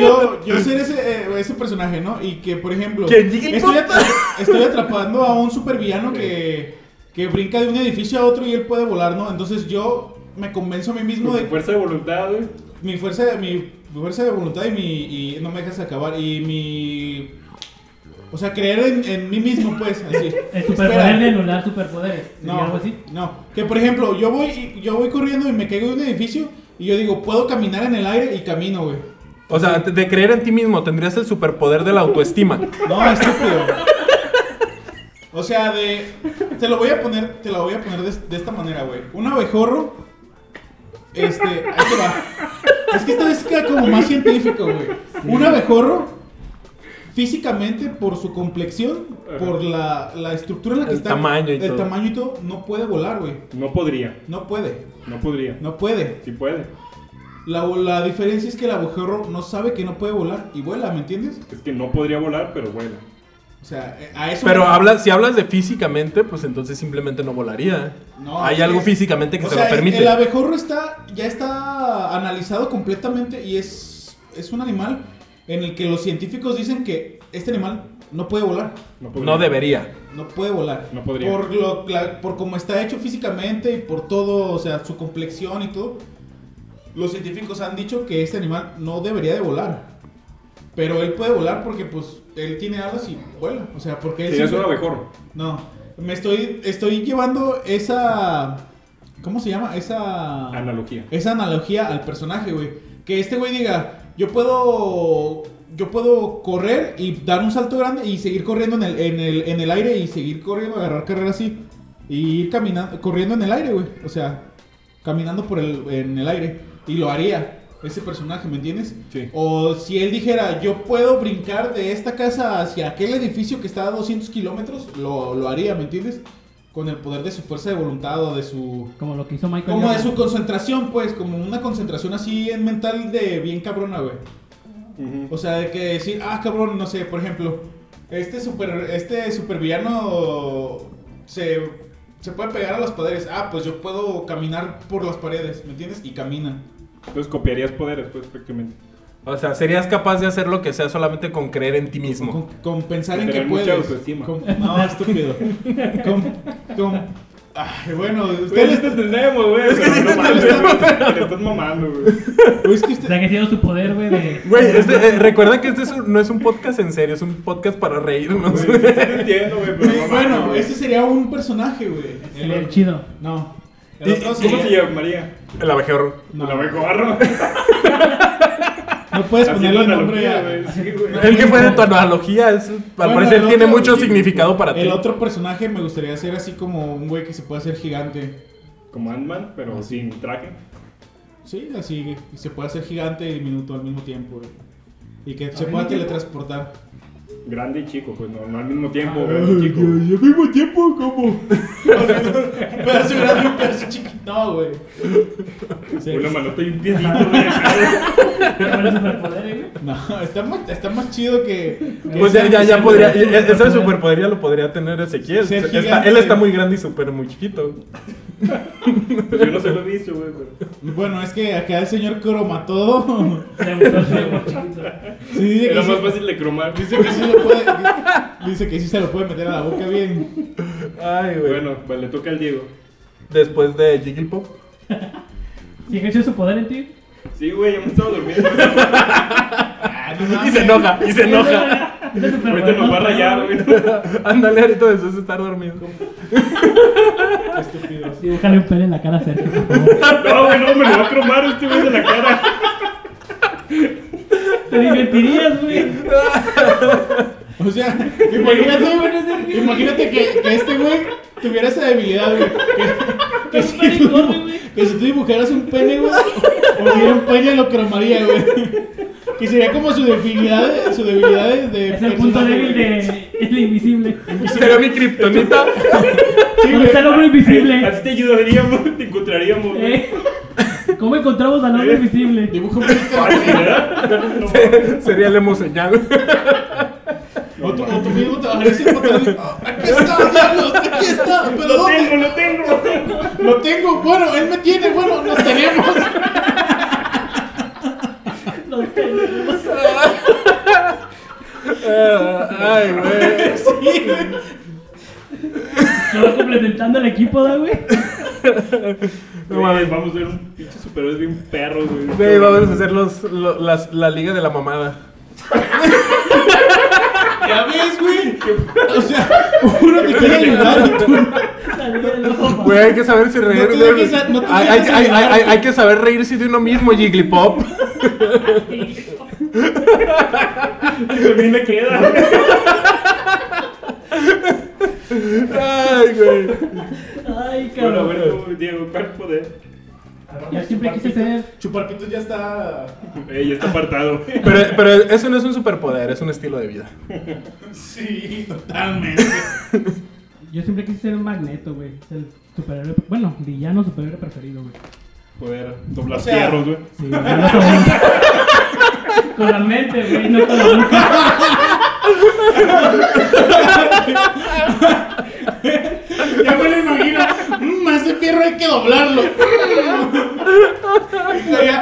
S3: yo, yo ser ese, eh, ese personaje, ¿no? Y que, por ejemplo,
S4: ¿Quién, Jigglypuff?
S3: estoy, atra- estoy atrapando a un supervillano que, que brinca de un edificio a otro y él puede volar, ¿no? Entonces yo me convenzo a mí mismo
S2: Con
S3: de
S2: tu fuerza de voluntad, güey.
S3: mi fuerza de mi fuerza de voluntad y mi y no me dejas acabar y mi o sea creer en, en mí mismo pues así
S5: El
S3: Espera.
S5: superpoder de anular superpoderes. ¿Sería
S3: no
S5: algo así?
S3: no que por ejemplo yo voy y- yo voy corriendo y me caigo de un edificio y yo digo puedo caminar en el aire y camino güey
S4: O sea, de creer en ti mismo, tendrías el superpoder de la autoestima.
S3: no estúpido o sea de te lo voy a poner te lo voy a poner de, de esta manera güey un abejorro este ahí te va es que esta vez queda como más científico güey un abejorro físicamente por su complexión,
S2: Ajá.
S3: por la, la estructura en la que
S4: El
S3: está,
S4: tamaño y
S3: el
S4: todo.
S3: tamaño y todo, no puede volar, güey.
S2: No podría.
S3: No puede,
S2: No podría.
S3: no puede.
S2: Sí puede.
S3: La, la diferencia es que el abejorro no sabe que no puede volar y vuela, ¿me entiendes?
S2: Es que no podría volar, pero vuela.
S3: O sea, eh, a eso.
S4: Pero habla, si hablas de físicamente, pues entonces simplemente no volaría.
S3: No,
S4: Hay
S3: es
S4: algo
S3: que-
S4: físicamente que
S3: o
S4: se
S3: sea,
S4: lo permite.
S3: El abejorro está, ya está analizado completamente y es, es un animal en el que los científicos dicen que este animal no puede volar.
S2: No podría.
S4: No debería.
S3: No puede volar.
S2: No podría.
S3: Por, lo, la- por cómo está hecho físicamente y por todo, o sea, su complexión y todo. Los científicos han dicho que este animal no debería de volar. Pero él puede volar porque, pues, él tiene alas y vuela. O sea, porque él.
S2: Serías un
S3: siempre-
S2: abejorro.
S3: No. Me estoy, estoy llevando esa. ¿Cómo se llama? Esa.
S2: Analogía.
S3: Esa analogía al personaje, güey. Que este güey diga, yo puedo. Yo puedo correr y dar un salto grande y seguir corriendo en el, en el, en el aire y seguir corriendo, agarrar carrera así. Y ir caminando, corriendo en el aire, güey. O sea, caminando por el, en el aire. Y lo haría ese personaje, ¿me entiendes?
S2: Sí.
S3: O si él dijera, yo puedo brincar de esta casa hacia aquel edificio que está a 200 kilómetros, lo, lo haría, ¿me entiendes? Con el poder de su fuerza de voluntad o de su...
S5: Como lo que hizo Michael.
S3: Como de
S5: Jordan.
S3: su concentración, pues, como una concentración así en mental de bien cabrona, güey.
S2: Ujú.
S3: O sea, de que decir, ah, cabrón, no sé, por ejemplo, este super, este supervillano se, se puede pegar a las paredes. Ah, pues yo puedo caminar por las paredes, ¿me entiendes? Y camina.
S2: Entonces copiarías poderes, pues, prácticamente.
S4: O sea, serías capaz de hacer lo que sea solamente con creer en ti mismo.
S3: Con, con pensar en que
S2: Tener mucha
S3: puedes.
S2: autoestima.
S3: Con- no, estúpido. Con, con- ay, bueno,
S2: Ustedes
S3: ustedes.
S2: te Pues, entendemos, güey. Es que
S3: sí te entendemos,
S2: Te estás mamando, güey.
S3: Es que
S5: O
S3: usted-
S5: sea, que tiene su poder, güey. de-
S4: Güey, este, eh, recuerda que este es un- no es un podcast en serio, es un podcast para reírnos.
S2: Güey, sí te entiendo, güey, pero
S3: sí,
S2: no mames,
S3: bueno,
S2: güey.
S3: ese sería un personaje, güey.
S5: Sería el chido.
S3: No. El
S4: ¿Y-
S3: otro
S4: cómo
S2: ¿Cómo
S3: sería-
S2: se llamaría?
S4: El abejorro.
S3: No.
S2: El abejorro.
S3: No puedes
S2: Haciendo
S3: ponerle el nombre
S2: analogía,
S3: a.
S2: güey. Sí, güey.
S4: El que fue de tu analogía, es, al
S3: Bueno,
S4: parecer
S3: el
S4: tiene
S3: otro-
S4: mucho significado para ti.
S3: El otro personaje me gustaría ser así como un güey que se puede hacer gigante.
S2: Como Ant-Man, pero sin traje.
S3: Sí, la sigue. Y se puede hacer gigante y diminuto al mismo tiempo, güey. Y que se
S2: ¿Al
S3: pueda
S2: mismo tiempo?
S3: teletransportar.
S2: Grande y chico, pues no, no al mismo tiempo,
S3: Ay,
S2: güey, chico.
S3: Ah, güey, ¿Al mismo tiempo cómo? un pedazo grande y un pedazo chiquito, güey. Sí.
S2: Una manota y un piecito, güey.
S5: ¿Qué parece superpoder, güey?
S3: No, está más, está más chido que. que
S4: Pues ya,
S3: esa-
S4: ya, ya
S3: esa-
S4: podría.
S5: ser-
S4: e- Ese superpoder ya lo podría tener Ezequiel.
S3: Ser
S4: Está-
S3: gigante.
S4: él está muy grande y súper muy chiquito.
S2: Pues yo no se lo he visto, güey. pero-
S3: Bueno, es que acá el señor cromató.
S5: Le gustó el juego chiquito.
S3: Sí, dice que
S2: Era
S3: sí-
S2: más fácil de cromar.
S3: Dice que sí lo puede. Dice que sí se lo puede meter a la boca bien.
S4: Ay, güey.
S2: Bueno, pues le toca al Diego.
S4: Después de Jigglypuff.
S5: ¿Sí ejerció su poder en ti?
S2: Sí, güey, ya me estaba durmiendo.
S3: Ah, no
S4: Y
S3: mames.
S4: se enoja, y se enoja.
S5: Es el superpoder
S2: Ahorita nos va a
S5: más
S2: rayar,
S5: perro,
S2: güey.
S4: Ándale, ahorita después de estar dormido.
S3: Qué estúpidos.
S5: Dibújale un pelo en la cara a Sergio, por favor.
S2: No, güey, no, me lo va a cromar este güey de la cara.
S5: Te divertirías, güey.
S3: O sea, imagínate, güey, imagínate que, que este güey tuviera esa debilidad, güey. Que, que si
S5: pene
S3: tú,
S5: enorme, güey.
S3: que si tú dibujaras un pene, güey, o tuviera un pene, lo cromaría, güey. Que sería como su debilidad, su debilidad de. de
S5: Es el punto
S3: personaje,
S5: débil
S3: güey.
S5: de el invisible.
S4: Sería mi kriptonita.
S3: Sí,
S5: ¿Dónde está el
S3: güey.
S5: hombre invisible?
S2: Así te ayudaríamos, te encontraríamos, güey.
S5: ¿Eh? ¿Cómo encontramos al hombre invisible?
S3: Dibuja un pene.
S4: Sería el emoseñal.
S3: O tú, o tú mismo te bajarías el pantalón. y, "Ah, Aquí está, diablos, aquí está,
S2: Lo
S3: perdón.
S2: tengo, lo tengo, lo tengo.
S3: Lo tengo, bueno, él me tiene, bueno, nos tenemos.
S5: Los pelos.
S4: Ay, güey.
S3: Sí, güey.
S5: Se va complementando el equipo, ¿da, güey?
S4: No
S2: Güey,
S4: mames.
S2: vamos a ver un pinche superhéroe bien perro, güey.
S4: Güey, vamos a hacer los, lo- las- la liga de la mamada.
S3: Ya ves, güey. O sea, uno te quiere ayudar y tú.
S5: La vida del lobo.
S4: Güey, hay que saber si reír.
S3: te
S4: güey.
S3: dejes a- no te
S4: hay, hay,
S3: dejes
S4: hay-
S3: ayudar,
S4: hay- hay que saber reírse de uno mismo, Jigglypop.
S2: También me queda.
S4: Ay, güey.
S5: Ay,
S2: Bueno, a
S5: cabrón.
S2: ver, tú, Diego, ¿cuál poder?
S5: Yo siempre quise ser.
S3: Chupar pitos ya está.
S2: Ey, ya está apartado.
S4: Pero, pero eso no es un superpoder, es un estilo de vida.
S3: Sí, totalmente.
S5: Yo siempre quise ser un magneto, güey. Es El superhéroe. Bueno, villano superhéroe preferido, güey.
S2: Poder doblar
S3: O sea-
S2: fierros, güey.
S5: Sí, güey, no con la- con la mente, güey, no con la boca.
S3: Ya me lo imagino. Mm, a ese perro hay que doblarlo. Mm. Sería-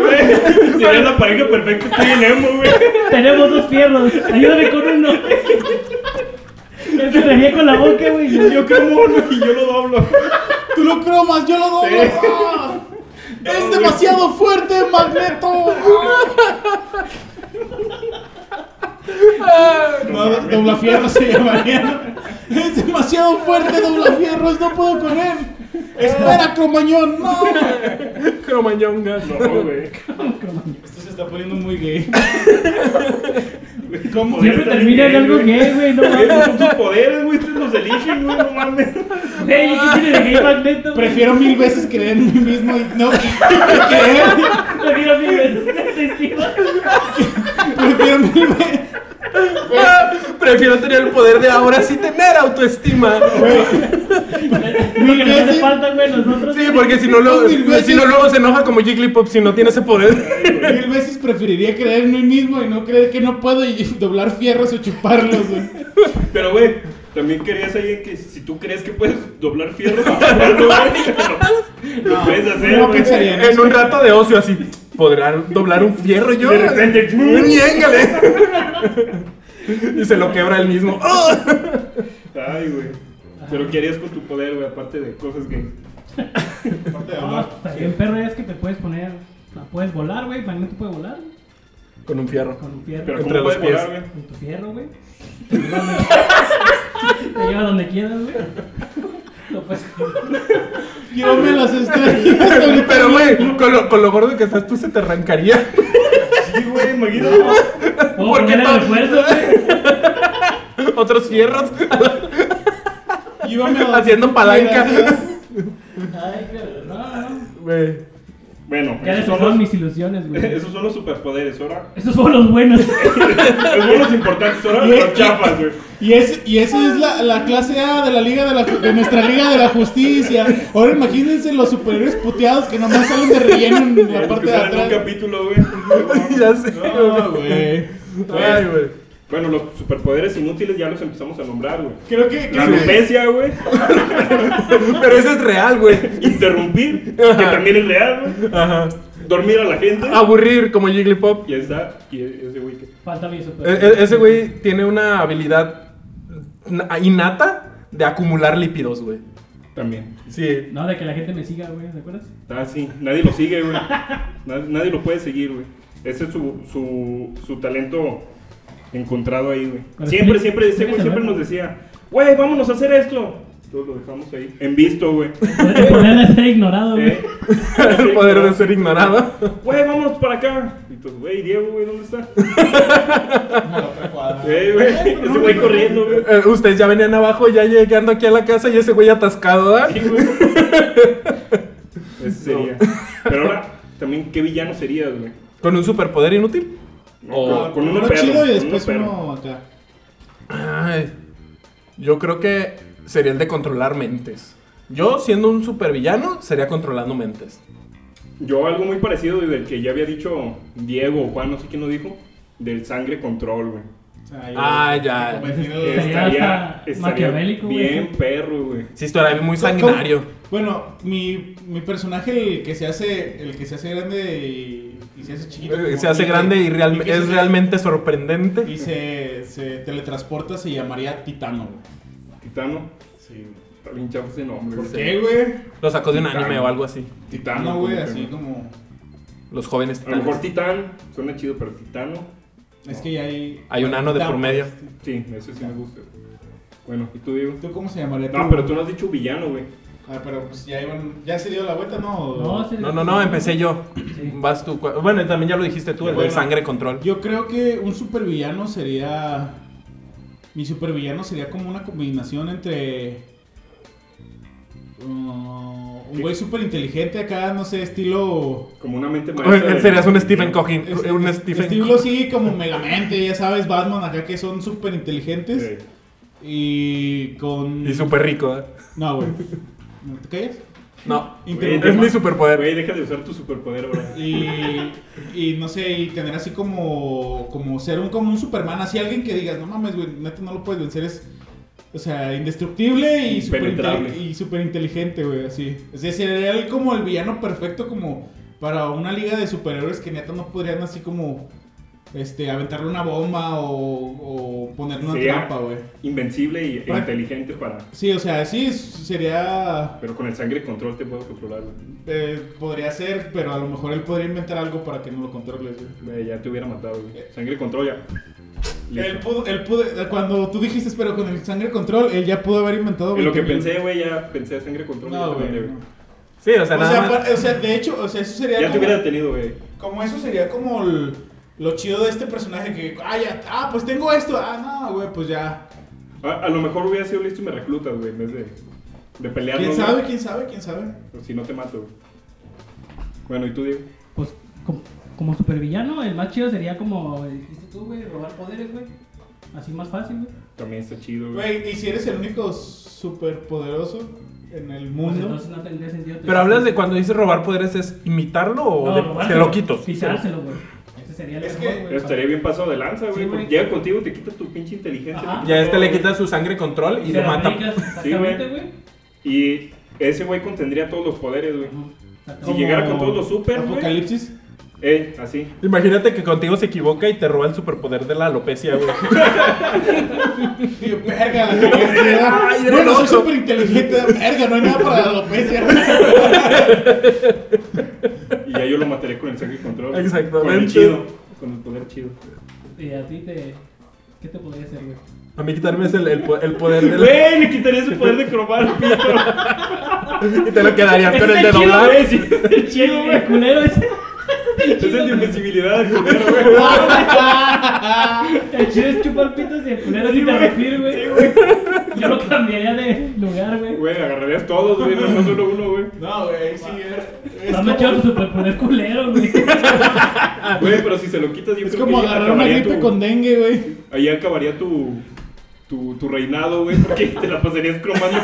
S2: Sería la pareja perfecta que tenemos, güey.
S5: Tenemos dos fierros. Ayúdame con uno. Él se reía con la boca, güey. Yo,
S2: Yo como uno y yo lo doblo.
S3: Tú lo cromas, yo lo doblo.
S2: Sí.
S3: Ah, es demasiado fuerte, Magneto. Ah. No, dobla fierro se llamaría. Es demasiado fuerte, dobla fierros, no puedo con él. Espera, cromañón, no.
S4: Cromañonga.
S2: No, güey.
S3: Esto se está poniendo muy gay.
S2: ¿Cómo?
S5: Siempre termina en algo gay, güey. No mames.
S2: Son tus poderes, güey. Ustedes los eligen, güey. No mames.
S5: Güey, ¿qué tiene de gay magneto? güey?
S3: Prefiero mil veces creer en mí mismo y no que creer.
S5: Prefiero mil veces ser testigo.
S3: Prefiero mil veces.
S4: Prefiero tener el poder de ahora sí tener autoestima.
S5: Porque nos hace falta, güey, nosotros.
S4: Sí, porque si no, luego-
S3: Mil veces.
S4: si no luego se enoja como Jigglypuff si no tiene ese poder.
S3: Mil veces preferiría creer en mí mismo y no creer que no puedo y doblar fierros o chuparlos, güey.
S2: Pero, güey, también querías alguien que si tú crees que puedes doblar fierros, doblarlo, güey. Lo puedes hacer,
S3: no
S2: güey.
S3: pensaría.
S4: En un rato de ocio así. ¿Podrán doblar un fierro yo?
S2: De repente,
S4: ¡Ñéngale! Y se lo quebra él mismo. ¡Oh!
S2: Ay, güey. Pero ¿qué harías con tu poder, güey? Aparte de cosas gays.
S5: No, está bien, perro, es que te puedes poner. la Puedes volar, güey. Magneto puede volar. güey,
S4: Con un fierro.
S5: Con un
S2: Pero
S5: fierro.
S2: ¿cómo
S4: Entre los
S2: puedes volar,
S4: pies.
S2: güey?
S5: Con tu fierro, güey. Te lleva donde- Te lleva donde quieras, güey. Lo puedes.
S3: Yo me las estrellas.
S4: Pero, güey, con lo, con lo gordo que estás tú se te arrancaría.
S2: Sí, güey, imagínate.
S5: Puedo
S4: Porque
S5: poner el
S4: todo-
S5: refuerzo, güey.
S4: Otros fierros.
S3: Llévame a-
S4: Haciendo palanca.
S5: Ay, cabrón. No, no.
S4: Güey.
S2: Bueno,
S5: Ya
S2: esos
S5: destrozaron
S2: son, los,
S5: mis ilusiones, güey.
S2: esos son los superpoderes, ahora.
S5: Esos son los buenos.
S2: Esos son los importantes, ahora
S3: Bien.
S2: los chafas, güey.
S3: Y, es, y eso es la, la clase A de la liga de, la, ju- de nuestra liga de la justicia. Ahora imagínense los superhéroes puteados que nomás salen de relleno en la
S2: Los que
S3: parte de
S2: salen en un
S3: atrás.
S2: capítulo, güey.
S4: ya sé,
S3: No, güey.
S4: güey. Ay, güey.
S2: Bueno, los superpoderes inútiles ya los empezamos a nombrar, güey.
S3: Creo que,
S2: La
S3: que
S2: alopecia, güey.
S4: Pero ese es real, güey.
S2: Interrumpir, que
S4: Ajá.
S2: también es real, güey.
S4: Ajá.
S2: Dormir a la gente.
S4: Aburrir como Jigglypuff.
S2: Y ahí está. Y ese güey que.
S5: Falta mi super.
S4: E- e- ese güey tiene una habilidad na- innata de acumular lípidos, güey.
S2: También.
S4: Sí.
S5: No, de que la gente me siga, güey, ¿te acuerdas?
S2: Está así. Ah, Nadie lo sigue, güey. Na- Nadie, lo puede seguir, güey. Ese es su, su, su talento encontrado ahí, güey.
S5: Pero
S2: Siempre,
S5: explí-
S2: siempre, ese güey
S5: explícaselo,
S2: siempre
S5: ¿no?
S2: nos decía, güey, vámonos a hacer esto. Todos lo dejamos ahí. En visto, güey.
S5: El poder de ser ignorado, güey.
S2: Eh,
S4: El poder de ser ignorado.
S2: Güey, vámonos para acá. Y tú, güey, Diego, güey, ¿dónde está? Ey, güey, ese güey corriendo, güey.
S4: Eh, ustedes ya venían abajo, ya llegando aquí a la casa y ese güey atascado, ¿ah?
S2: Sí, güey. Ese sería. Pero ahora, también, ¿qué villano serías, güey?
S4: Con un superpoder inútil.
S2: No, con uno
S3: uno
S2: perro.
S3: chido
S2: con
S3: y
S2: uno
S3: después
S2: perro.
S3: uno acá.
S4: Ay, yo creo que sería el de controlar mentes. Yo, siendo un supervillano, sería controlando mentes.
S2: Yo algo muy parecido y del que ya había dicho Diego o Juan, no sé quién lo dijo, del sangre control, güey.
S4: Ah, ya.
S5: Pues Sería hasta maquiavélico, güey.
S2: bien perro, güey.
S4: Sí, esto era muy sanguinario.
S3: Bueno, mi, mi personaje, el que se hace, el que se hace grande y, y se hace chiquito.
S4: Eh,
S3: como
S4: Se hace
S3: Tigre,
S4: grande y real-
S3: que
S4: es
S3: se-
S4: realmente sorprendente.
S3: Y se, se teletransporta, se llamaría Titano, güey.
S2: Titano,
S3: Sí,
S2: está bien chafa ese nombre.
S3: ¿Por
S2: güey.
S3: qué, güey?
S4: Lo sacó de un
S2: Titán.
S4: anime o algo así.
S2: Titano,
S3: Titano, güey,
S2: como que
S3: así
S2: no.
S3: como.
S4: Los jóvenes
S2: A lo mejor
S4: titanes.
S2: Titán, suena chido, pero Titano,
S3: Es que ya hay. Ah, pues,
S4: Hay un ano de por medio.
S2: sí, eso sí me gusta. Bueno, ¿y tú, Diego?
S3: ¿Tú cómo se llamaría?
S2: No,
S3: tú?
S2: pero tú no has dicho villano, güey.
S3: Ah, pero pues ya iban. ¿Ya se dio la vuelta, no?
S5: No, sí.
S4: No, no, no, empecé yo. Vas tú. ¿cuál? Bueno, también ya lo dijiste tú, el de
S3: Bueno.
S4: sangre control.
S3: Yo creo que un supervillano sería. Mi supervillano sería como una combinación entre. uh, un güey súper inteligente acá, no sé, estilo.
S2: Como una mente maestra.
S4: Él
S2: de-
S4: serías un Stephen Coggin.
S3: es-
S4: Un
S3: Estilo
S4: Stephen
S3: sí, como Megamente, ya sabes, Batman acá que son súper inteligentes.
S2: Sí.
S3: Y con.
S4: Y súper rico. ¿eh?
S3: No, güey. ¿No ¿Te callas?
S4: No.
S2: Güey,
S3: Interrumpir
S4: Es mi
S2: deja-
S4: superpoder.
S2: Güey, deja de usar tu superpoder, bro.
S3: Y, y no sé, y tener así como, como ser un, como un Superman, así alguien que digas, no mames, güey, neta no lo puedes vencer, es, o sea, indestructible y súper
S2: Impenetrable.
S3: y súper inteligente, güey, así. Es decir, era él como el villano perfecto como para una liga de superhéroes que neta no podrían así como, este, aventarle una bomba o, o ponerle una
S2: Sería
S3: trampa, güey.
S2: Invencible y, e
S3: Bueno.
S2: inteligente para...
S3: Sí, o sea, sí, s- sería,
S2: Pero con el sangre control te puedo controlar, güey.
S3: eh, podría ser, pero a lo mejor él podría inventar algo para que no lo controles, güey.
S2: Güey, ya te hubiera matado, güey. Sangre control ya.
S3: Él
S2: Listo.
S3: pudo, él pudo, cuando tú dijiste, pero con el sangre control, él ya pudo haber inventado.
S2: En lo que
S3: 20.000.
S2: pensé, güey, ya pensé a sangre control. ya
S3: No,
S2: te
S3: güey.
S2: mandé,
S3: no.
S4: Sí, o sea,
S3: O,
S4: nada
S3: sea,
S4: más.
S3: pa- o sea, de hecho, o sea, eso sería.
S2: Ya te
S3: como,
S2: hubiera detenido, güey.
S3: como eso sería como el- lo chido de este personaje que. Ah, ya, ah, pues tengo esto. Ah, no, güey, pues ya.
S2: A, a lo mejor hubiera sido listo y me reclutas, güey, en vez de, de pelearnos.
S3: ¿Quién
S2: güey.
S3: sabe? ¿Quién sabe? ¿Quién sabe?
S2: Pero Si no te mato, güey. Bueno, ¿y tú, Diego?
S5: Pues como, como supervillano, el más chido sería como dijiste tú, güey, robar poderes, güey. Así más fácil, güey.
S2: También está chido, güey.
S3: Güey, y si eres el único superpoderoso en el
S5: Pues
S3: mundo.
S5: entonces no tendría sentido.
S4: Pero hablas de cuando dices robar poderes, ¿es imitarlo o
S5: No,
S4: de-
S5: robárselo,
S4: se lo quito?
S5: Quitárselo, güey. Ese sería el
S3: Es
S5: mejor,
S3: que
S5: güey,
S2: Estaría bien pasado de lanza, güey.
S5: Sí,
S2: porque
S5: güey.
S2: Llega contigo, te quita tu pinche inteligencia.
S5: Ajá.
S2: te quita
S4: Ya este
S2: todo,
S4: le
S2: güey.
S4: quita su sangre control y
S5: Se
S4: lo mata.
S5: aplicas,
S2: Sí, güey.
S5: Exactamente, güey.
S2: Y ese güey contendría todos los poderes, güey.
S5: Ajá.
S2: Si llegara con todos los super, güey.
S3: Apocalipsis.
S2: Ey, Eh, así.
S4: Imagínate que contigo se equivoca y te roba el superpoder de la alopecia, güey.
S3: Y yo, verga, la cagué,
S4: Ay, era
S3: Bueno, soy
S4: loco.
S3: súper inteligente. Verga, no hay nada para la alopecia.
S2: Y ya yo lo mataré con el sangre y control. güey.
S4: Exactamente.
S2: Con el chido. Con el poder chido.
S5: Y a ti te. ¿Qué te podría hacer, güey?
S4: A mí quitarme es el, el po- el poder de la...
S2: Güey, le quitaría su poder de cromar el pito.
S4: Y te lo quedarías con el
S5: Está
S4: de
S5: chido,
S4: doblar.
S2: Güey, sí, es el chido,
S5: El
S2: güey.
S5: culero ese.
S2: Es el de invisibilidad, el culero, güey.
S5: El chido es chupar pitos y el culero es
S2: Sí, güey.
S5: interrumpir, güey.
S2: Sí, güey.
S5: Yo lo cambiaría de lugar, güey.
S2: Güey, agarrarías todos, güey, no, no solo uno, güey.
S3: No, güey, ahí sí eh. es. es
S5: No me echado
S3: como-
S5: tu superpoder culero, güey.
S2: Güey, pero si se lo quitas, yo
S3: Es
S2: creo
S3: como
S2: que
S3: agarrar una
S2: acabaría
S3: gripe
S2: tu-
S3: con dengue, güey.
S2: Ahí acabaría tu, tu, tu reinado, güey, porque te la pasarías cromando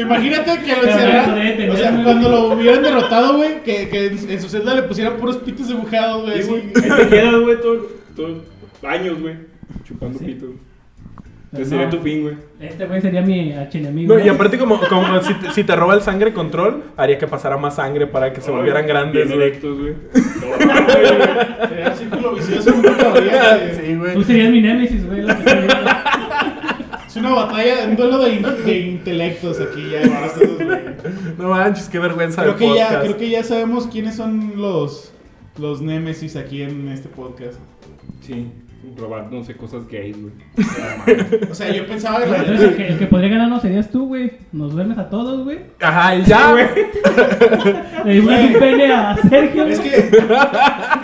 S3: Imagínate que lo
S5: Pero
S3: encerraran.
S5: eso debe tener,
S3: O sea,
S5: güey.
S3: cuando lo hubieran derrotado, güey, que, que en, en su celda le pusieran puros pitos dibujados, güey.
S2: Sí, güey.
S3: así.
S2: Ahí te quedas, güey, todo, todo, años, güey, chupando
S5: Sí.
S2: pito.
S3: Ah,
S2: Ese sería tu fin, güey.
S5: Este güey sería mi archienemigo.
S4: No, y aparte, como, como si, te, si te roba el sangre control, haría que pasara más sangre para que se volvieran
S2: Ay,
S4: grandes.
S2: bien
S4: güey.
S2: erectos, güey. No, no, güey, güey.
S3: Sería un círculo vicioso, un acabaría, güey.
S4: Sí,
S5: Tú
S4: güey.
S5: serías mi némesis, güey. lo que estoy viendo.
S3: Es una batalla, un duelo de, in- de intelectos aquí ya. bastos, güey.
S4: No manches, qué vergüenza
S3: Creo
S4: de
S3: que, ya,
S4: podcast.
S3: creo que ya sabemos quiénes son los, los némesis aquí en este podcast.
S2: Sí, robar, no sé, cosas gays, güey.
S3: O sea, yo pensaba que la-
S5: Entonces, el que, el que podría ganarnos serías tú, güey. Nos duermes a todos, güey.
S4: Ajá, y ya, güey.
S5: Le dimos un
S3: Ah, Güey.
S5: pene a Sergio.
S3: Es
S5: güey.
S3: que.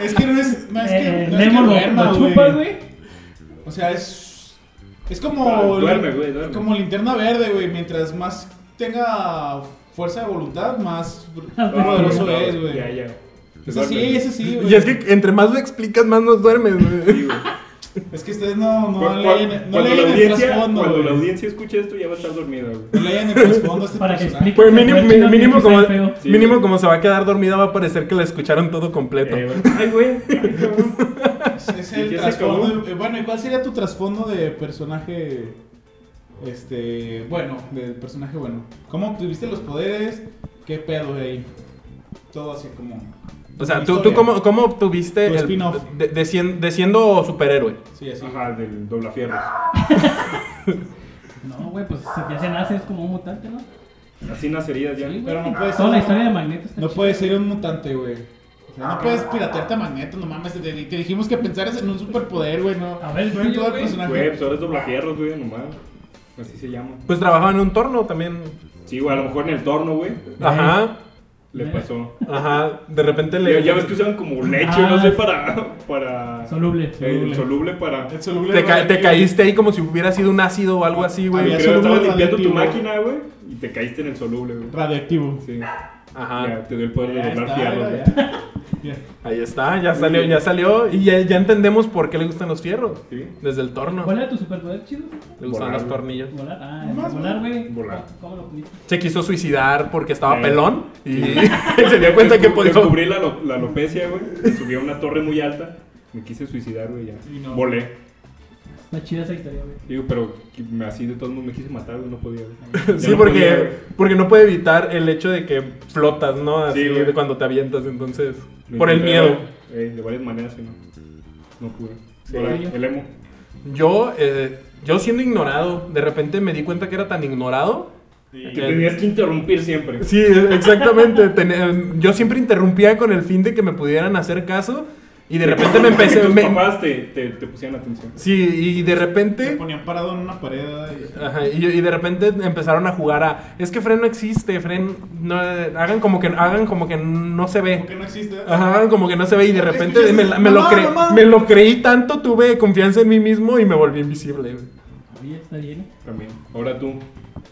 S3: Es que no es. No es que,
S5: Eh,
S3: no es que
S5: Nemo lo-
S3: duerma,
S5: lo chupa,
S3: güey.
S5: güey.
S3: O sea, es. Es
S2: Ah,
S3: como.
S2: duerme, güey, duerme.
S3: Como linterna verde, güey. Mientras más tenga fuerza de voluntad, más br-
S5: Ah,
S3: poderoso
S2: No,
S3: es, güey.
S2: Ya, ya.
S3: Eso sí, eso sí, güey.
S4: Y es que entre más lo explicas, más nos duermes, güey.
S2: Sí, güey.
S3: Es que ustedes no, no
S2: Cu- cu-
S3: leen, no
S2: cuando la
S3: leen el
S2: audiencia,
S3: trasfondo,
S2: cuando la
S3: güey.
S2: audiencia escuche esto ya va a estar dormida, güey.
S3: No leen el trasfondo a este
S5: Para que
S3: personaje.
S5: explique.
S4: Pues mínimo,
S5: Pero el chino
S4: mínimo,
S5: tiene que
S4: como,
S5: ser feo.
S2: Sí,
S4: mínimo
S2: güey.
S4: como se va a quedar dormida, va a parecer que la escucharon todo completo.
S2: Eh, güey. Ay, güey. Ay, cabrón.
S3: Es- Es el
S2: Ya se acabó.
S3: trasfondo. eh, Bueno, ¿y cuál sería tu trasfondo de personaje? Este. Bueno, del personaje bueno. ¿Cómo obtuviste los poderes? ¿Qué pedo de ahí? Todo así como.
S4: o sea,
S3: tu
S4: ¿tú, tú
S3: historia.
S4: cómo, cómo obtuviste
S3: Tu
S4: el-
S3: spin-off.
S4: de, de sien- de siendo superhéroe?
S3: Sí, así.
S2: Ajá, del doblafierros.
S5: No, güey, pues si ya se nace es como un mutante, ¿no?
S2: Así nacerías ya.
S5: Sí, güey.
S3: Pero no puede ser.
S5: Toda la historia de Magneto está
S3: No
S5: chida.
S3: puedes ser un mutante, güey. O sea, Ah, no puedes piratearte a Magneto, no mames. Te, te dijimos que pensaras en un superpoder, güey, no.
S5: A ver,
S3: no en
S5: brillo,
S3: todo el
S5: güey.
S3: personaje.
S2: Güey, pues ahora es doblafierros, güey, nomás. Así se llama.
S4: Pues trabajaba en un torno también.
S2: Sí, güey, a lo mejor en el torno, güey.
S4: Ajá,
S2: Le
S3: Eh.
S2: pasó.
S4: ajá. De repente le.
S2: Ya, ya ves que usaban como leche,
S5: Ah.
S2: no sé, para. para
S5: Soluble.
S2: eh, el soluble para.
S3: El soluble
S4: Te, ca- te
S3: radioactivo.
S4: caíste ahí como si hubiera sido un ácido o algo así,
S2: Yo
S4: güey.
S3: Había
S2: creo que estabas
S3: soluble
S2: limpiando tu
S3: radioactivo.
S2: máquina, güey, y te caíste en el soluble, güey.
S3: Radioactivo.
S2: Sí.
S4: Ajá.
S2: Ya, te dio el poder
S3: Ah. Ya
S2: de doblar
S3: está,
S2: fierros,
S3: ya,
S2: güey.
S3: ya. Ya.
S4: Ahí está, ya salió, ya salió. Y ya, ya entendemos por qué le gustan los fierros.
S2: Sí.
S4: Desde el torno.
S5: ¿Cuál era tu superpoder chido?
S4: Le gustan
S2: Volar,
S4: los
S2: güey.
S4: tornillos.
S5: Volar. Ah,
S3: Más,
S5: volar, güey.
S2: Volar.
S5: ¿Cómo lo pudiste?
S4: Se quiso suicidar porque estaba
S2: Eh.
S4: pelón. Y se dio cuenta que
S2: Descu-
S4: podía.
S2: Descubrí la, lo- la alopecia, güey. Me Subí a una torre muy alta. Me quise suicidar, güey, ya.
S3: Y no.
S2: Volé.
S5: Está chida esa historia, güey.
S2: Digo, pero que me- así de todos modos me quise matar, güey, no podía, güey. Ya
S4: Sí,
S2: no podía, güey.
S4: porque, porque no puede evitar el hecho de que flotas, ¿no? Así
S2: Sí, güey.
S4: de cuando te avientas, entonces.
S2: Me
S4: por el
S2: intenté,
S4: miedo.
S2: eh, de varias maneras, y no. No pude.
S5: Sí.
S2: Ahora, el emo.
S4: Yo, eh, yo siendo ignorado, de repente me di cuenta que era tan ignorado.
S2: Que
S4: que-
S2: tenías que interrumpir siempre.
S4: Sí, exactamente. Ten- em, yo siempre interrumpía con el fin de que me pudieran hacer caso. Y de repente me empecé.
S2: Tus
S4: me-
S2: papás te, te, te pusieron atención.
S4: sí, y de
S3: Te
S4: repente.
S3: ponían parado en una pared. y-
S4: Ajá, y, y de repente empezaron a jugar a. Es que Fren no existe, Fren. No, eh, hagan, como que, hagan como que no se ve.
S3: Como que no existe.
S4: Eh. Ajá, hagan como que no se ve. Y de repente
S3: Escuchas,
S4: me, la- me lo
S3: "Mamá,
S4: cre-
S3: mamá".
S4: me lo creí tanto, tuve confianza en mí mismo y me volví invisible. güey.
S5: Oye, está bien.
S2: También. Ahora tú.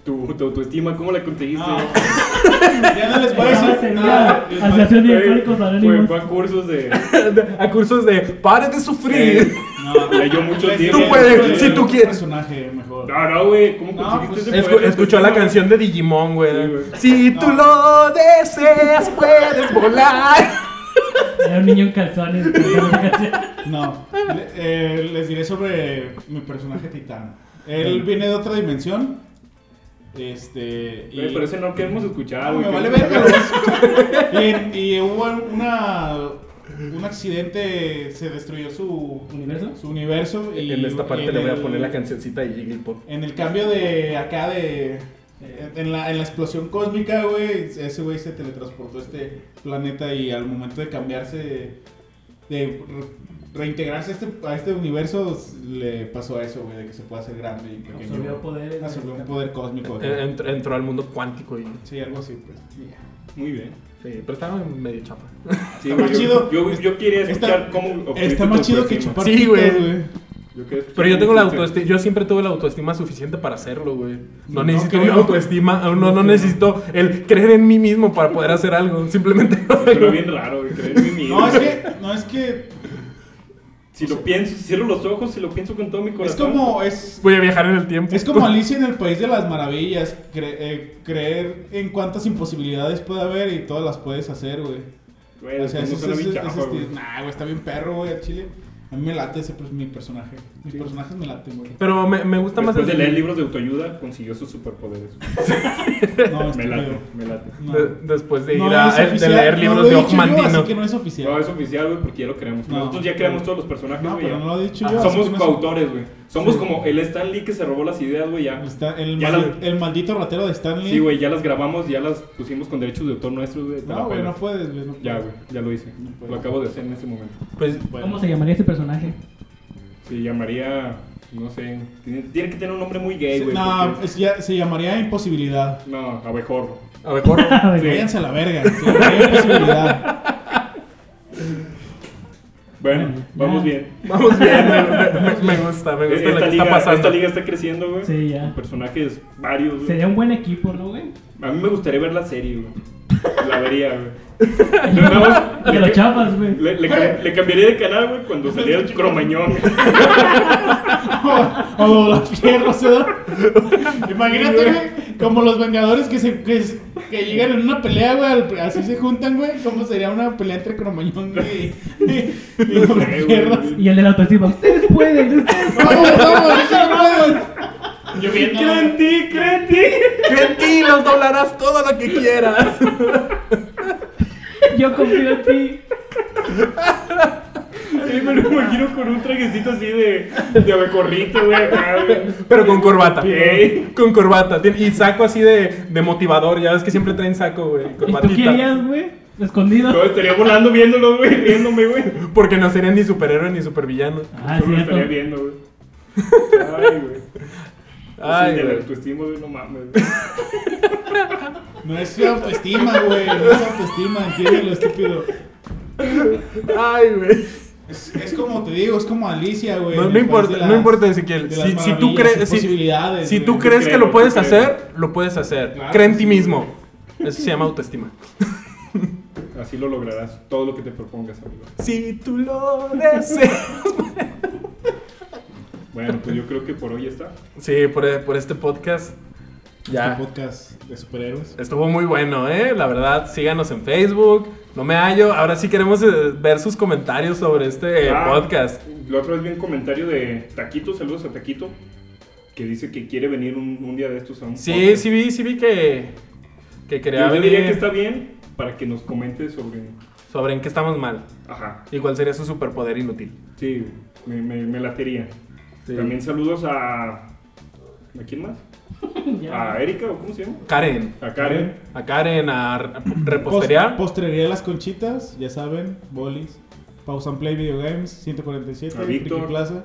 S2: Tu, tu autoestima, ¿cómo la conseguiste?
S3: No.
S5: Ah,
S3: Ya no les voy a decir nada. Les voy a-
S5: Asociación de
S2: Güey,
S5: Alcohólicos
S2: Fue,
S5: Anónimos.
S2: fue a cursos de.
S4: a cursos de. Pare de sufrir.
S2: eh,
S3: No, Pues,
S2: Leyó mucho
S3: les-
S2: tiempo.
S4: Tú puedes,
S3: les-
S4: si tú
S3: un
S4: quieres.
S3: personaje mejor.
S2: No, Ah, no, güey. ¿Cómo
S3: No,
S2: conseguiste
S3: pues,
S2: ese
S4: Escu-
S2: poder de
S4: escuchó la
S2: autoestima,
S4: canción de Digimon,
S2: Sí,
S4: güey.
S2: güey.
S4: si tú lo deseas, puedes volar.
S5: Era un niño en calzones.
S3: No, le- eh, les diré sobre mi personaje titán. Él viene de otra dimensión. Este. Ah,
S2: güey? Güey, pero ese no queremos escuchar,
S3: me
S2: güey.
S3: vale
S2: que-
S3: verga, lo voy a escuchar. y, y hubo una. Un accidente se destruyó su
S5: ¿Universo?
S3: Su universo. Y,
S4: En esta
S3: y
S4: parte
S3: en
S4: le voy a
S3: el-
S4: poner la cancioncita de Jigglypuff.
S3: En el cambio de acá de. eh, En la, en la explosión cósmica, güey, ese güey se teletransportó a este planeta y al momento de cambiarse, de re- reintegrarse a este, a este universo, s- le pasó a eso, güey, de que se puede hacer grande y pequeño.
S5: Absorbió
S3: güey.
S5: poderes.
S3: Absorbió un poder cósmico. güey.
S4: Eh, entr- entró al mundo cuántico y.
S3: Sí, algo así, pues.
S2: Muy bien.
S4: Sí, pero estaba medio chapa.
S2: Sí,
S3: Está más
S2: güey, yo-
S3: chido.
S2: Yo, yo quería
S3: Está-
S2: escuchar cómo. obtuviste
S3: Está
S2: tu
S3: más chido que
S2: autoestima.
S3: chupar
S4: Sí,
S3: pitos,
S4: güey.
S2: Yo quedé escuchando
S4: Pero yo tengo la
S2: un chiste.
S4: autoestima, yo siempre tuve la autoestima suficiente para hacerlo, güey. No,
S3: No,
S4: necesito
S3: qué
S4: una
S3: bueno.
S4: autoestima, no, no, necesito el creer en mí mismo para poder hacer algo. Simplemente lo
S2: Pero
S4: hago.
S2: bien raro, güey, creerme miedo.
S3: No, es que, no, es que,
S2: Si lo pienso, si cierro los ojos, si lo pienso con todo mi
S3: es
S2: corazón.
S3: como, es,
S4: Voy a viajar en el tiempo.
S3: es como Alicia en el País de las Maravillas, cre- eh, creer en cuántas imposibilidades puede haber y todas las puedes hacer, güey.
S2: Güey,
S3: o sea,
S2: no
S3: eso
S2: suena
S3: es,
S2: bien
S3: es-
S2: chafa,
S3: es-
S2: güey.
S3: nah, güey, está bien perro, güey, al chile. A mí me late ese, per- mi personaje. Mis
S2: Sí.
S3: personajes me laten, güey.
S4: Pero me, me gusta más
S2: Después de
S4: el...
S2: leer libros de autoayuda, consiguió sus superpoderes.
S3: No,
S2: Me late,
S3: estúpido.
S2: me late.
S3: No.
S4: de- después de ir
S3: No
S4: a,
S3: es
S4: de
S3: oficial,
S4: leer
S3: no
S4: libros
S3: lo he
S4: de
S3: dicho yo,
S4: Ogmandino.
S3: Así que no es
S2: No,
S3: oficial.
S2: es oficial, güey, porque ya lo creamos.
S3: No.
S2: Nosotros ya creamos todos los personajes,
S3: No,
S2: güey.
S3: pero
S2: ya.
S3: no lo he dicho
S4: Ah,
S3: yo. así
S2: Somos
S3: que no es-
S2: coautores, güey. Somos
S3: Sí.
S2: como el Stan Lee que se robó las ideas, güey, ya.
S3: Está el,
S2: Ya
S3: mal-
S2: la-
S3: el maldito ratero de Stanley.
S2: Sí, güey, ya las grabamos, ya las pusimos con derechos de autor nuestros, güey. te la
S3: No, güey,
S2: pelas.
S3: no puedes, güey. no puedes.
S2: Ya, güey, ya lo hice.
S3: No puedo.
S2: lo acabo de hacer en este momento.
S4: Pues,
S5: ¿Cómo se llamaría este personaje?
S2: Se llamaría, no sé, tiene, tiene que tener un nombre muy gay,
S3: Se-
S2: güey.
S3: no,
S2: porque-
S3: es- ya- se llamaría imposibilidad.
S2: No, abejorro.
S4: a lo mejor...
S5: A ver,
S3: Váyanse a la verga. Se llamaría imposibilidad.
S2: Bueno,
S5: Bueno,
S2: vamos
S5: ya.
S2: bien. E-,
S4: Vamos bien, me, me- me gusta, me gusta lo
S2: Esta
S4: que está
S2: liga, esta
S4: pasando.
S2: liga está creciendo, güey.
S5: Sí, ya.
S2: Con Personajes varios, güey.
S5: Sería un buen equipo, ¿no, güey?
S2: A mí me gustaría ver la serie, güey. La vería, güey.
S5: Te
S2: Nada más, le-
S5: lo chapas, güey.
S2: Le, le cam- le cambiaría de canal, güey,
S3: Pues
S2: cuando saliera el cromañón.
S3: o o la fierro, se da. Imagínate, güey, como los Vengadores que, se, que, se- que llegan en una pelea, güey. al- Así se juntan, güey. ¿Cómo sería una pelea entre Cromañón güey, y, y, y
S2: No sé, güey.
S3: Fierro?
S5: Y el de la autoestima. Ustedes pueden, ustedes
S3: ¡Vamos, vamos! sí se puede!
S2: Yo bien, creo en ti, creo en ti.
S4: Creo en ti, los doblarás todo lo que quieras.
S5: Yo confío en ti.
S2: Ay, me lo imagino con un trajecito así de, de abejorrito, güey, acá, güey.
S4: Pero con corbata.
S2: Ey.
S4: Con corbata. Tien- Y saco así de, de motivador. Ya ves que siempre traen saco, güey.
S5: ¿Y
S4: Corbatita.
S5: tú querías, güey?
S2: Yo
S5: Escondido.
S2: estaría volando viéndolo, güey, riéndome, güey.
S4: Porque no serían ni superhéroes ni supervillanos.
S5: Ah,
S2: Solo lo
S5: cierto.
S2: estaría viendo, güey. Ay, güey. Ay,
S4: Ay,
S2: de la
S4: güey.
S2: autoestima, güey, no mames. güey.
S3: No es autoestima, güey. No es autoestima, entiéndelo, estúpido.
S4: Ay, güey.
S3: Es, es como te digo, es como Alicia, güey.
S4: No, no
S3: Me
S4: importa,
S3: parece
S4: no importa, Ezequiel.
S3: de
S4: Si,
S3: las
S4: si tú
S3: maravillas y
S4: crees, si,
S3: posibilidades,
S4: si tú
S3: güey.
S4: crees que
S2: creo,
S4: lo
S2: yo
S4: puedes
S2: creo.
S4: hacer, lo puedes hacer.
S3: Claro
S4: Cree en
S3: que
S4: ti
S3: sí,
S4: mismo. Eso se llama autoestima.
S2: Así lo lograrás, todo lo que te propongas, amigo.
S4: Si tú lo deseas.
S2: Bueno, pues yo creo que por hoy está.
S4: Sí, por, por este podcast. Ya.
S3: Este podcast de superhéroes.
S4: Estuvo muy bueno, ¿eh? La verdad, síganos en Facebook. No me hallo. Ahora sí queremos eh, ver sus comentarios sobre este eh,
S2: Ah,
S4: podcast.
S2: La otra vez vi un comentario de Taquito, saludos a Taquito, que dice que quiere venir un, un día de estos a un
S4: Sí,
S2: podcast.
S4: sí vi, sí vi que, que quería
S2: Yo, yo
S4: venir
S2: diría que está bien para que nos comente sobre...
S4: sobre en qué estamos mal.
S2: Ajá,
S4: Y cuál sería su superpoder inútil.
S2: sí, me, me, me latería.
S4: Sí.
S2: También saludos a... ¿A quién más?
S5: Ya.
S2: ¿A Erika o cómo se llama?
S4: Karen.
S2: A Karen.
S4: A Karen, a r- repostería.
S3: Post-
S2: Pues,
S3: Postrería de las conchitas, ya saben, bolis. Pause and Play Video Games, 147,
S2: A
S3: Friki
S2: Víctor.
S3: Plaza.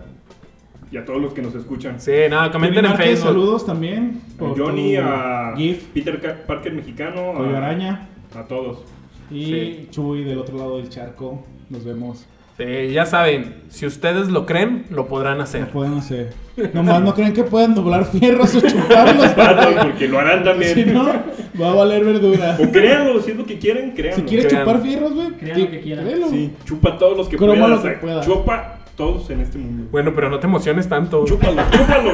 S2: Y a todos los que nos escuchan.
S4: Sí, nada, comenten
S3: Tony
S4: en
S3: Márquez,
S4: Facebook.
S3: Saludos también.
S2: A
S3: por
S2: Johnny,
S3: tu
S2: a
S3: GIF,
S2: Peter Ca- Parker mexicano,
S3: Pollo
S2: a,
S3: Araña
S2: a todos.
S3: y
S4: Sí.
S3: Chuy del otro lado del charco. Nos vemos.
S4: Sí, ya saben, si ustedes lo creen, lo podrán
S3: No
S4: hacer.
S3: pueden hacer. Nomás no creen que puedan doblar fierros o chuparlos.
S2: A todos, porque lo harán también.
S3: Si no, va a valer verdura.
S2: O créanlo, si es lo que quieren, créanlo.
S3: Si quieres
S4: crean.
S3: chupar fierros, güey,
S5: Crean
S3: que-
S5: lo que quieran.
S3: créelo.
S2: Sí, chupa a todos los que
S3: Croma
S2: puedas.
S3: lo
S2: o sea,
S3: que puedas.
S2: Chupa todos en este mundo.
S4: Bueno, pero no te emociones tanto.
S2: Chúpalos, chúpalos.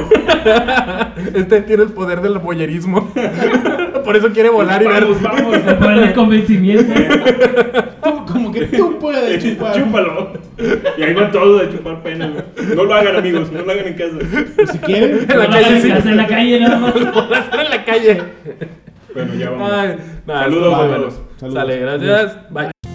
S4: Este tiene el poder del boyerismo. Por eso quiere volar y ver.
S2: vamos, vamos.
S5: El poder del convencimiento.
S3: Tú- como que tú puedes chupar.
S2: Chúpalo. Y ahí van todos a chupar pena, güey. No lo hagan, amigos, no lo hagan en casa.
S3: Pues si quieren.
S4: En la
S5: No,
S4: calle, sí.
S5: En la calle, nada más.
S4: Volar en la calle.
S2: Bueno, ya vamos.
S4: Ay, nada,
S2: Saludos,
S4: estuvo
S2: saludos.
S4: bueno.
S3: Saludos.
S4: Sale, gracias. Bye.